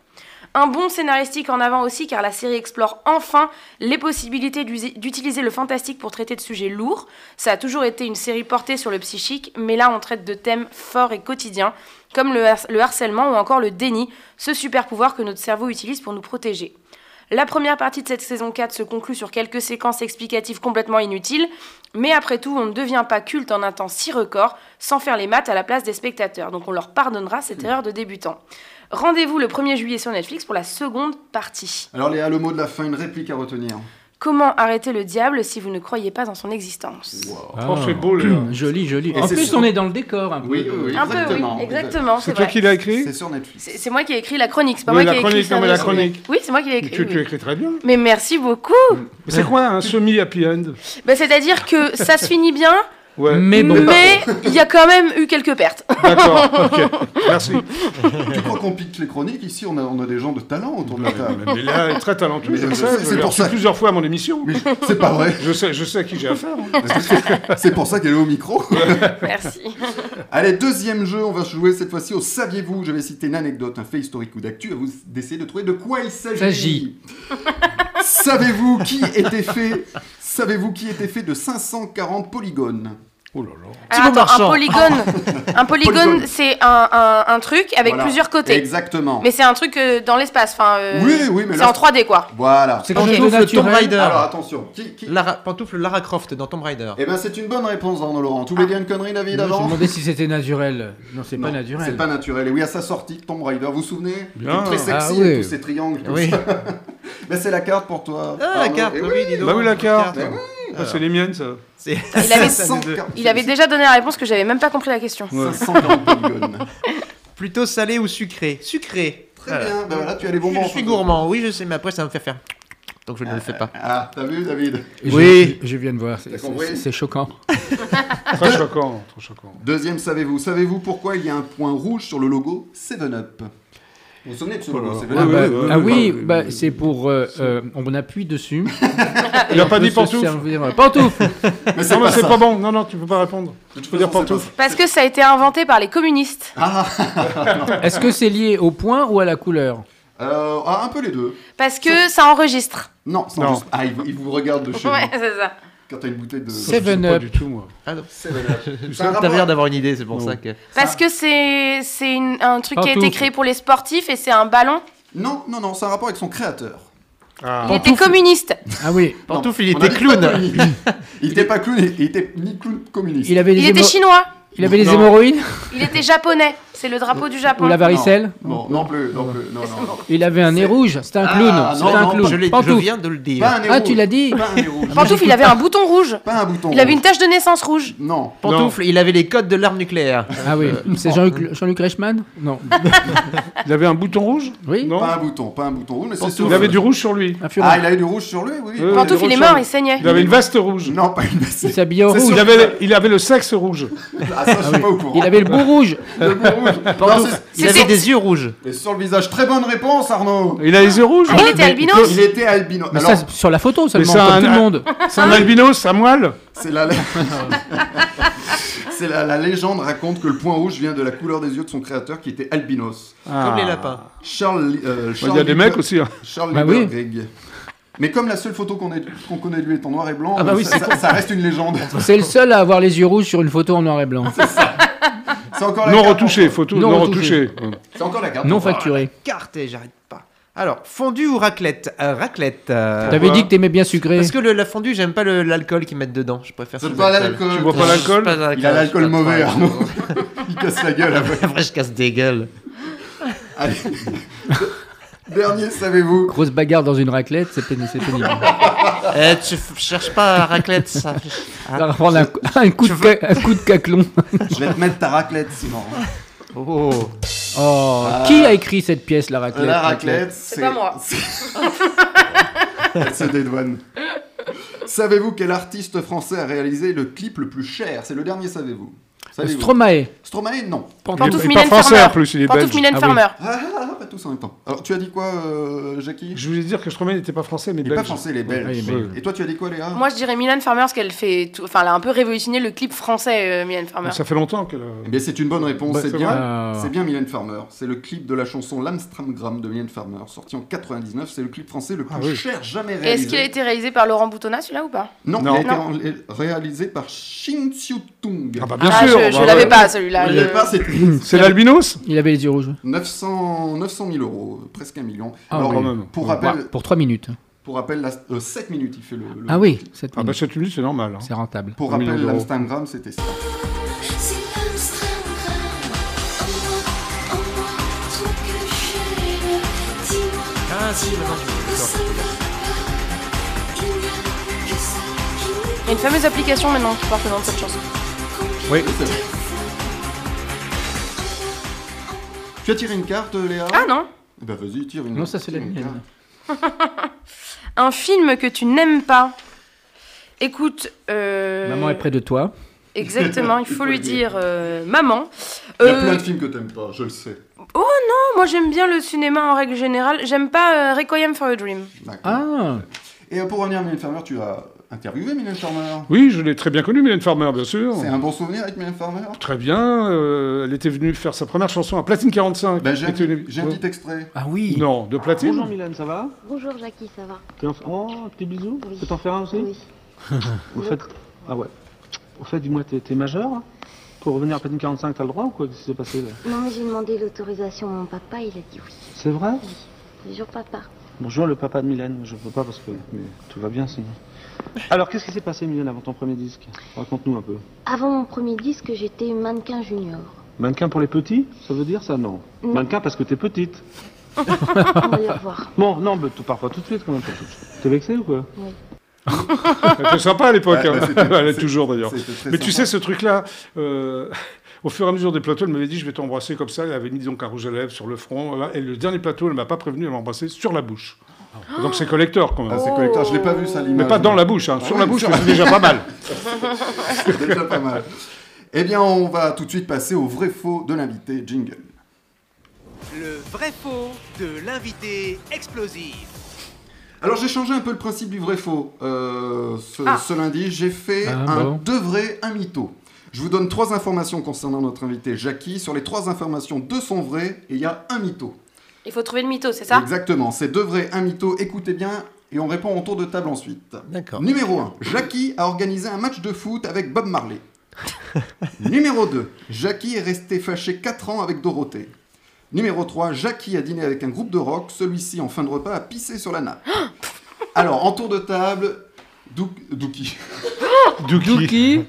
Speaker 4: Un bon scénaristique en avant aussi car la série explore enfin les possibilités d'usi- d'utiliser le fantastique pour traiter de sujets lourds. Ça a toujours été une série portée sur le psychique, mais là on traite de thèmes forts et quotidiens comme le, har- le harcèlement ou encore le déni, ce super pouvoir que notre cerveau utilise pour nous protéger. La première partie de cette saison 4 se conclut sur quelques séquences explicatives complètement inutiles, mais après tout, on ne devient pas culte en un temps si record sans faire les maths à la place des spectateurs, donc on leur pardonnera cette erreur de débutant. Rendez-vous le 1er juillet sur Netflix pour la seconde partie.
Speaker 2: Alors Léa, le mot de la fin, une réplique à retenir.
Speaker 4: Comment arrêter le diable si vous ne croyez pas en son existence
Speaker 5: Oh, c'est beau, Léa.
Speaker 6: Ah, Joli, joli.
Speaker 2: Et
Speaker 6: En
Speaker 2: c'est
Speaker 6: plus,
Speaker 2: sûr.
Speaker 6: on est dans le décor un peu.
Speaker 2: Oui, oui, oui.
Speaker 4: Un peu, oui,
Speaker 2: Exactement.
Speaker 4: exactement, c'est
Speaker 5: C'est toi
Speaker 4: vrai.
Speaker 5: qui l'as écrit
Speaker 2: C'est sur Netflix.
Speaker 4: C'est c'est moi qui ai écrit la chronique, c'est pas
Speaker 5: Oui,
Speaker 4: moi
Speaker 5: la
Speaker 4: qui ai écrit
Speaker 5: chronique, non, mais
Speaker 4: Stranger
Speaker 5: la
Speaker 4: Things.
Speaker 5: chronique.
Speaker 4: Oui, c'est moi qui l'ai écrit.
Speaker 5: Tu, tu
Speaker 4: oui.
Speaker 5: écris Mm. très bien.
Speaker 4: Mais merci beaucoup.
Speaker 5: Mais C'est quoi un semi-happy end
Speaker 4: Bah, C'est-à-dire que ça se finit bien,
Speaker 5: Ouais.
Speaker 6: Mais bon.
Speaker 4: mais il y a quand même eu quelques pertes.
Speaker 5: D'accord, ok. Merci.
Speaker 2: Tu crois qu'on pique les chroniques Ici, on a, on a des gens de talent autour de la table.
Speaker 5: Mais Léa est très
Speaker 2: Mais
Speaker 5: talentueuse, je
Speaker 2: je
Speaker 5: le
Speaker 2: sais,
Speaker 5: sais.
Speaker 2: c'est
Speaker 5: Je l'ai
Speaker 2: pour
Speaker 5: reçue
Speaker 2: ça.
Speaker 5: plusieurs fois à mon émission.
Speaker 2: Oui, c'est pas vrai.
Speaker 5: Je sais, je sais à hein. qui j'ai affaire.
Speaker 2: C'est pour ça qu'elle est au micro.
Speaker 4: Merci.
Speaker 2: Allez, deuxième jeu, on va jouer cette fois-ci au Saviez-vous J'avais cité une anecdote, un fait historique ou d'actu, à vous d'essayer de trouver de quoi il s'agit.
Speaker 6: S'agit.
Speaker 2: Savez-vous qui était fait Savez-vous qui était fait de 540 polygones
Speaker 5: Oh là là.
Speaker 4: Alors,
Speaker 6: Thibaut
Speaker 4: attends, un
Speaker 6: Marchand.
Speaker 4: polygone, un polygone,
Speaker 2: Polygone.
Speaker 4: c'est un, un- un truc avec
Speaker 2: Voilà.
Speaker 4: plusieurs côtés.
Speaker 2: Exactement.
Speaker 4: Mais c'est un truc euh, dans l'espace, enfin. euh,
Speaker 2: Oui, oui, mais
Speaker 4: C'est
Speaker 2: là-
Speaker 4: en 3D quoi.
Speaker 2: Voilà.
Speaker 6: C'est
Speaker 4: Ok.
Speaker 6: comme
Speaker 4: Pantoufle
Speaker 6: le Tomb
Speaker 3: naturel.
Speaker 6: Raider.
Speaker 2: Alors attention. Qui, qui...
Speaker 3: Lara, pantoufle Lara Croft dans Tomb Raider.
Speaker 2: Eh ben c'est une bonne réponse, Arnaud Laurent. Tu voulais dire une connerie, David,
Speaker 6: Ah. Non, je me
Speaker 2: avant
Speaker 6: demandais si c'était naturel. Non, c'est pas
Speaker 2: Non,
Speaker 6: naturel.
Speaker 2: C'est pas naturel. Et oui, à sa sortie, Tomb Raider, vous vous souvenez
Speaker 5: Bien.
Speaker 2: Très sexy,
Speaker 6: Ah
Speaker 2: avec
Speaker 6: oui.
Speaker 2: tous ces triangles. tout
Speaker 3: Oui.
Speaker 2: ça. Mais c'est la carte pour toi.
Speaker 3: Ah, la
Speaker 2: Arnaud.
Speaker 3: carte,
Speaker 2: Eh oui.
Speaker 3: oui, dis donc.
Speaker 5: Bah oui, la carte.
Speaker 2: Mais oui,
Speaker 5: Ah, c'est les miennes, ça.
Speaker 3: C'est-
Speaker 4: Il avait-
Speaker 3: ça nous-
Speaker 2: 540.
Speaker 4: Il avait déjà donné la réponse que j'avais même pas compris la question.
Speaker 2: 540 polygones.
Speaker 3: Plutôt salé ou sucré Sucré.
Speaker 2: Très
Speaker 3: Voilà.
Speaker 2: bien, ben voilà, tu as les
Speaker 3: Je,
Speaker 2: bonbons.
Speaker 3: je suis gourmand, oui, je sais, mais après ça va me faire faire. Donc je ne le fais pas.
Speaker 2: Ah, t'as vu, David
Speaker 6: Et je-
Speaker 3: Oui.
Speaker 6: Je, je viens de voir. c'est-
Speaker 2: T'as
Speaker 6: c'est-
Speaker 2: compris
Speaker 6: C'est c'est choquant.
Speaker 5: Très
Speaker 2: Ah.
Speaker 5: choquant, trop choquant.
Speaker 2: Deuxième, savez-vous Savez-vous pourquoi il y a un point rouge sur le logo 7-Up Vous vous souvenez de ce logo 7-Up
Speaker 5: Ah
Speaker 6: Ah,
Speaker 5: ouais,
Speaker 6: bah,
Speaker 5: ouais,
Speaker 6: ah
Speaker 5: ouais,
Speaker 6: oui,
Speaker 5: ouais, ouais,
Speaker 6: bah,
Speaker 5: ouais.
Speaker 6: c'est pour. euh, euh, on appuie dessus.
Speaker 2: Ah,
Speaker 5: Il n'a pas dit
Speaker 6: pantoufle.
Speaker 5: pantoufle.
Speaker 6: Pantoufle
Speaker 2: Mais
Speaker 5: Non,
Speaker 2: c'est
Speaker 5: non,
Speaker 2: pas
Speaker 5: c'est
Speaker 2: ça.
Speaker 5: pas bon. Non, non, tu peux pas répondre.
Speaker 2: De toute
Speaker 5: Faut dire
Speaker 2: façon, c'est
Speaker 5: pantoufle.
Speaker 4: Parce que ça a été inventé par les communistes.
Speaker 2: Ah,
Speaker 6: Est-ce que c'est lié au point ou à la couleur
Speaker 2: euh, ah, un peu les deux.
Speaker 4: Parce que ça enregistre.
Speaker 2: Non, c'est
Speaker 5: Non.
Speaker 2: juste. Ah, ils vous, ils vous regardent de chez
Speaker 4: Ouais,
Speaker 2: vous
Speaker 4: c'est ça.
Speaker 2: quand t'as une bouteille de.
Speaker 6: C'est-
Speaker 5: Je sais
Speaker 6: 7
Speaker 5: Pas
Speaker 6: Up.
Speaker 5: du tout, moi.
Speaker 3: Ah non.
Speaker 2: C'est un
Speaker 3: T'as
Speaker 2: rapport-
Speaker 3: l'air d'avoir une idée, c'est pour
Speaker 5: Non.
Speaker 3: ça que.
Speaker 4: Parce que c'est c'est une- un truc qui a été
Speaker 6: Pantoufle.
Speaker 4: créé pour les sportifs et c'est un ballon.
Speaker 2: Non, non, non, c'est un rapport avec son créateur.
Speaker 5: Ah.
Speaker 4: Il était communiste.
Speaker 6: Ah oui.
Speaker 3: Pantoufle,
Speaker 2: Non,
Speaker 3: il
Speaker 2: on
Speaker 3: était
Speaker 2: a dit
Speaker 3: clown.
Speaker 2: pas communiste. Il était pas clown, il il était ni clown communiste.
Speaker 6: Il avait des,
Speaker 4: Il était
Speaker 6: hémo-
Speaker 4: chinois.
Speaker 6: il avait des
Speaker 5: Non.
Speaker 6: hémorroïdes
Speaker 4: Il était japonais. C'est le drapeau du
Speaker 6: ou
Speaker 4: Japon.
Speaker 6: la varicelle.
Speaker 2: Non, non plus, non plus, non, non. non.
Speaker 6: Il avait un nez
Speaker 2: C'est-
Speaker 6: rouge. C'était un
Speaker 2: Ah,
Speaker 6: clown.
Speaker 2: non,
Speaker 6: C'était un
Speaker 2: non, Bah,
Speaker 6: clown.
Speaker 3: Je, l'ai- je
Speaker 6: Pantoufle.
Speaker 3: viens de le dire.
Speaker 2: Pas un nez
Speaker 6: Ah,
Speaker 2: rouge.
Speaker 6: tu l'as dit
Speaker 2: Pas un nez rouge.
Speaker 4: Pantoufle, il avait un bouton rouge.
Speaker 2: Pas un bouton.
Speaker 4: Il avait une
Speaker 2: rouge.
Speaker 4: tache de naissance rouge.
Speaker 2: Non.
Speaker 3: Pantoufle, il avait les codes de l'arme nucléaire.
Speaker 6: Ah oui. C'est Jean-Luc Jean-Luc Reichmann Non.
Speaker 5: Il avait un bouton rouge
Speaker 6: Oui.
Speaker 5: Non.
Speaker 2: Pas un bouton, pas un bouton rouge, mais c'est sûr.
Speaker 5: Il avait du rouge sur lui.
Speaker 6: Un furon.
Speaker 2: Ah, il avait du rouge sur lui, oui.
Speaker 5: Euh,
Speaker 4: Pantoufle, il
Speaker 5: il avait
Speaker 4: est
Speaker 5: autre
Speaker 4: mort,
Speaker 5: chose.
Speaker 4: il saignait.
Speaker 5: Il avait une veste rouge.
Speaker 2: Non, pas une
Speaker 6: Il s'habillait en
Speaker 2: C'est
Speaker 6: rouge.
Speaker 5: Il avait, il avait le sexe rouge.
Speaker 2: Ah, ça, je suis pas au courant.
Speaker 6: Il avait le bout rouge.
Speaker 2: Le bout rouge. Non,
Speaker 3: Pantoufle,
Speaker 2: c'est-
Speaker 3: il
Speaker 4: c'est-
Speaker 3: avait des yeux rouges.
Speaker 2: mais sur le visage, très bonne réponse, Arnaud.
Speaker 5: Il a les yeux rouges. hein.
Speaker 4: Ah, il était albino
Speaker 2: Il était albino.
Speaker 6: Mais
Speaker 2: Alors,
Speaker 6: ça, sur la photo seulement,
Speaker 5: c'est
Speaker 6: comme
Speaker 5: un-
Speaker 6: tout le monde.
Speaker 5: C'est
Speaker 4: Ah,
Speaker 5: un albinos, à moelle.
Speaker 2: c'est la... c'est la, la légende raconte que le point rouge vient de la couleur des yeux de son créateur qui était albinos.
Speaker 3: Comme les lapins.
Speaker 2: Charles. euh,
Speaker 5: Ah. Il
Speaker 2: Charles
Speaker 5: y a des
Speaker 2: Lieber-
Speaker 5: mecs aussi. hein.
Speaker 2: Charles
Speaker 6: Bah
Speaker 2: Lieber
Speaker 6: oui.
Speaker 2: Grieg. Mais comme la seule photo qu'on ait- qu'on connaît de lui est en noir et blanc,
Speaker 6: Ah bah
Speaker 2: euh,
Speaker 6: oui,
Speaker 2: ça, ça- ça reste une légende.
Speaker 6: C'est le seul à avoir les yeux rouges sur une photo en noir et blanc.
Speaker 2: C'est encore la
Speaker 5: Non
Speaker 2: carte.
Speaker 5: retouché, photo
Speaker 6: Non
Speaker 5: non
Speaker 6: retouchée.
Speaker 5: retouché.
Speaker 2: C'est encore la carte.
Speaker 6: Non facturé.
Speaker 3: Carte et j'arrête pas. Alors, fondue ou raclette Euh, Raclette. euh,
Speaker 6: T'avais dit que t'aimais bien sucré.
Speaker 3: Parce que le- la fondue, j'aime pas le- l'alcool qu'ils mettent dedans. Je préfère.
Speaker 2: C'est
Speaker 3: sans
Speaker 2: pas
Speaker 3: alcool.
Speaker 2: l'alcool.
Speaker 5: Tu bois pas l'alcool
Speaker 3: Je suis pas
Speaker 2: Il a l'alcool
Speaker 3: je suis pas
Speaker 2: mauvais,
Speaker 3: trop-
Speaker 2: Arnaud. Il casse la gueule après.
Speaker 3: Après, je casse des gueules.
Speaker 2: Allez. Dernier, savez-vous
Speaker 6: Grosse bagarre dans une raclette, c'est pénible. C'est pénible.
Speaker 3: Eh, tu f- cherches pas la raclette, ça.
Speaker 6: Ça va prendre un, coup- un coup de ca- un coup de caclon.
Speaker 2: Je vais te mettre ta raclette, Simon.
Speaker 3: Oh.
Speaker 6: Oh, qui a écrit cette pièce, la raclette
Speaker 2: Ah. La raclette, c'est.
Speaker 4: pas moi.
Speaker 2: c'est- Elle se dédouane. Savez-vous quel artiste français a réalisé le clip le plus cher C'est le dernier, savez-vous Savez-vous
Speaker 6: Stromae.
Speaker 2: Stromae, non.
Speaker 5: Il
Speaker 4: Pantouf
Speaker 5: est
Speaker 4: Mylène
Speaker 5: pas français,
Speaker 4: Farmer.
Speaker 5: en plus, il est
Speaker 4: Pantouf
Speaker 5: belge.
Speaker 4: Mylène
Speaker 6: Ah oui.
Speaker 4: Farmer.
Speaker 2: Ah, ah, ah, pas tous en même temps. Alors, tu as dit quoi, euh, Jackie
Speaker 5: Je voulais dire que Stromae n'était pas français, mais
Speaker 2: Il n'est
Speaker 5: belge.
Speaker 2: pas français, il est belge.
Speaker 6: Ouais, il est belge.
Speaker 2: Et toi, tu as dit quoi, Léa
Speaker 4: Moi, je dirais Mylène Farmer parce qu'elle fait tout... Enfin, elle a un peu révolutionné le clip français, euh, Mylène Farmer.
Speaker 5: Ça fait longtemps que.
Speaker 2: Eh bien, c'est une bonne réponse.
Speaker 5: Bah,
Speaker 2: c'est
Speaker 5: c'est
Speaker 2: bien,
Speaker 6: vrai.
Speaker 2: c'est bien Mylène Farmer. C'est le clip de la chanson L'Amstramgram de Mylène Farmer, sorti en 99. C'est le clip français le plus
Speaker 5: Ah oui.
Speaker 2: cher jamais réalisé.
Speaker 4: Est-ce qu'il a été réalisé par Laurent Boutonnat, celui-là, ou pas
Speaker 2: Non,
Speaker 5: Non.
Speaker 2: il a été ré- réalisé par Shin Tung.
Speaker 5: Ah bah bien
Speaker 4: Ah,
Speaker 5: sûr.
Speaker 4: je, je
Speaker 5: bah ouais.
Speaker 4: l'avais pas, celui-là.
Speaker 2: Il
Speaker 4: Je-
Speaker 2: l'avait pas, c'était
Speaker 5: C'est l'albinos
Speaker 6: Il avait les yeux rouges.
Speaker 2: 900, 900 000 euros, presque un million.
Speaker 6: Ah
Speaker 2: Alors,
Speaker 6: oui.
Speaker 5: quand même.
Speaker 2: pour, rappel,
Speaker 6: Ouais, Pour 3 minutes.
Speaker 2: pour rappel, la, 7 minutes, il fait le. le-
Speaker 6: Ah oui, cette
Speaker 5: Ah bah
Speaker 2: Mm.
Speaker 6: minute.
Speaker 5: cette musique, c'est normal. hein.
Speaker 6: C'est rentable.
Speaker 2: Pour
Speaker 5: Un million
Speaker 2: rappel,
Speaker 5: d'euros.
Speaker 2: l'Amstramgram, c'était ça.
Speaker 10: C'est l'Amstramgram. En moi, en moi, tout que j'aime. Dis-moi
Speaker 7: Ah si, maintenant
Speaker 10: que ça ne va pas. Il n'y a que ça qui nous
Speaker 4: Il y a une fameuse application maintenant qui porte le nom de cette chanson.
Speaker 2: Oui. Tu as tiré une carte, Léa
Speaker 4: Ah non
Speaker 2: Eh ben, vas-y, tire une
Speaker 6: Non, ça, c'est la
Speaker 2: tire une
Speaker 6: mienne.
Speaker 2: carte.
Speaker 4: Un film que tu n'aimes pas. Écoute, euh,
Speaker 6: Maman est près de toi.
Speaker 4: exactement, il
Speaker 2: Il
Speaker 4: faut
Speaker 2: faut le
Speaker 4: lui
Speaker 2: dire.
Speaker 4: dire euh, maman.
Speaker 2: Il y a
Speaker 4: Euh,
Speaker 2: plein de films que t'aimes pas, je le sais.
Speaker 4: moi j'aime bien le cinéma en règle générale. J'aime pas euh, Requiem for a Dream.
Speaker 2: D'accord.
Speaker 6: Ah,
Speaker 2: Et euh, pour revenir à Mylène Farmer, tu as interviewé Mylène Farmer.
Speaker 5: Oui, je l'ai très bien connue, Mylène Farmer, bien sûr.
Speaker 2: C'est un bon souvenir avec Mylène Farmer
Speaker 5: Très bien. euh, elle était venue faire sa première chanson à Platine 45.
Speaker 2: ben, J'ai un,
Speaker 5: C'était une-
Speaker 2: j'ai un petit extrait.
Speaker 6: ah oui.
Speaker 5: Oh. Non, de Platine.
Speaker 9: Mylène, ça va
Speaker 10: Bonjour Jackie, ça va
Speaker 9: T'es en... Oh, petit bisou
Speaker 10: Oui.
Speaker 9: Peux t'en faire un aussi
Speaker 10: Oui.
Speaker 9: Au fait, ah ouais. Au fait, dis-moi, t'es t'es majeur là Pour revenir à Platine 45, t'as le droit ou quoi Qu'est-ce qui s'est passé là
Speaker 10: Non, mais j'ai demandé l'autorisation à mon papa, il a dit oui.
Speaker 9: C'est vrai
Speaker 10: Bonjour papa.
Speaker 9: Bonjour le papa de Mylène, je peux pas parce que mais tout va bien sinon. Alors qu'est-ce qui s'est passé Mylène avant ton premier disque Raconte-nous un peu.
Speaker 10: Avant mon premier disque, j'étais mannequin junior.
Speaker 9: Mannequin pour les petits Ça veut dire ça Non.
Speaker 10: Non.
Speaker 9: Mannequin parce que t'es petite.
Speaker 10: On va y revoir.
Speaker 9: Bon, non, mais tout- parfois tout de suite quand même. pas tout de suite. T'es vexé ou quoi
Speaker 5: Elle était sympa à l'époque.
Speaker 2: Ouais,
Speaker 5: hein.
Speaker 2: bah, c'était-
Speaker 5: elle est
Speaker 2: c'est-
Speaker 5: toujours d'ailleurs.
Speaker 2: C'était très
Speaker 5: Mais tu
Speaker 2: sympa.
Speaker 5: sais, ce truc-là, euh, au fur et à mesure des plateaux, elle m'avait dit je vais t'embrasser comme ça. Elle avait mis donc un rouge à lèvres sur le front. voilà. Et le dernier plateau, elle m'a pas prévenu, elle m'a embrassé sur la bouche.
Speaker 6: Oh.
Speaker 5: Donc c'est collector quand même. Oh.
Speaker 2: Ah, c'est collecteur, je l'ai pas vu ça, l'image.
Speaker 5: Mais pas dans la bouche, hein. sur
Speaker 2: oui,
Speaker 5: la bouche,
Speaker 2: sur
Speaker 5: c'est déjà pas mal.
Speaker 2: C'est déjà pas mal. Eh bien, on va tout de suite passer au vrai faux de l'invité Jingle.
Speaker 1: Le vrai faux de l'invité explosif.
Speaker 2: Alors, j'ai changé un peu le principe du vrai faux euh, ce,
Speaker 4: Ah.
Speaker 2: ce lundi. J'ai fait
Speaker 6: Ah,
Speaker 2: un
Speaker 6: bon.
Speaker 2: deux vrais, un mytho. Je vous donne trois informations concernant notre invité Jackie. Sur les trois informations, deux sont vraies et il y a un mytho.
Speaker 4: Il faut trouver le mytho, c'est ça
Speaker 2: Exactement, c'est deux vrais, un mytho, écoutez bien et on répond en tour de table ensuite.
Speaker 3: D'accord.
Speaker 2: Numéro 1, Jackie a organisé un match de foot avec Bob Marley. Numéro 2, Jackie est resté fâché 4 ans avec Dorothée. Numéro 3, Jackie a dîné avec un groupe de rock, celui-ci en fin de repas a pissé sur la nappe. Alors, en tour de table, Douk- Douki.
Speaker 5: Douki.
Speaker 6: Dookie.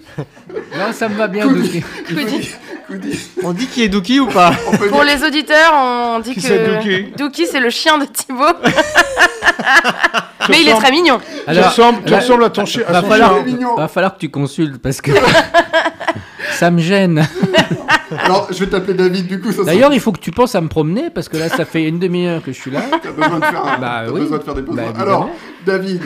Speaker 6: Là, ça me va bien, Dookie.
Speaker 2: Koudi. Koudi.
Speaker 3: On dit qui est Dookie ou pas
Speaker 2: On peut
Speaker 4: Pour
Speaker 2: dire-
Speaker 4: les auditeurs, on dit
Speaker 5: Qui c'est Dookie
Speaker 4: que Dookie, c'est le chien de Thibaut. Mais il est très mignon.
Speaker 5: Tu
Speaker 6: Alors,
Speaker 5: ressembles, tu
Speaker 6: là,
Speaker 5: ressembles à ton chien. à
Speaker 6: va
Speaker 5: son
Speaker 6: falloir,
Speaker 5: chien.
Speaker 2: mignon.
Speaker 6: va falloir que tu consultes parce que ça me gêne.
Speaker 2: Alors, je vais t'appeler David, du coup, ça sera-
Speaker 6: D'ailleurs, il faut que tu penses à me promener parce que là, ça fait une demi-heure que je suis là.
Speaker 2: T'as besoin de faire, un-
Speaker 6: Bah
Speaker 2: t'as
Speaker 6: oui.
Speaker 2: besoin de faire des
Speaker 6: Bah,
Speaker 2: besoins.
Speaker 6: évidemment.
Speaker 2: Alors, David,